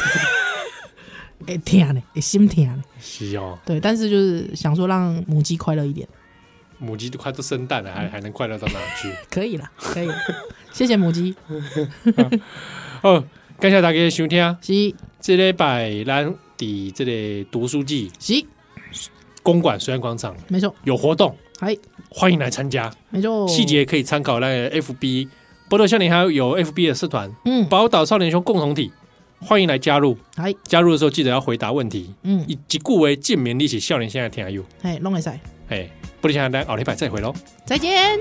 C: 哎，天呢，哎，心疼呢。
B: 是哦，
C: 对，但是就是想说让母鸡快乐一点，
B: 母鸡都快都生蛋了，
C: 嗯
B: 还还能快乐到哪去？
C: 可以啦，可以啦， 谢谢母鸡。
B: 哦，感谢大家的收听，
C: 是
B: 这礼拜咱伫这个读书季
C: 是，
B: 公馆水岸广场
C: 没错，
B: 有活动，
C: 嗨，
B: 欢迎来参加，
C: 没错，
B: 细节可以参考那个 FB 波特少年还有 FB 的社团
C: 嗯，
B: 宝岛少年兄共同体，欢迎来加入。
C: 嗨，
B: 加入的时候记得要回答问题，
C: 嗯，
B: 以及顾为健眠力起少年现在听下有，
C: 嘿，弄会晒，
B: 哎，波特少年咱后礼拜再会喽。
C: 再见。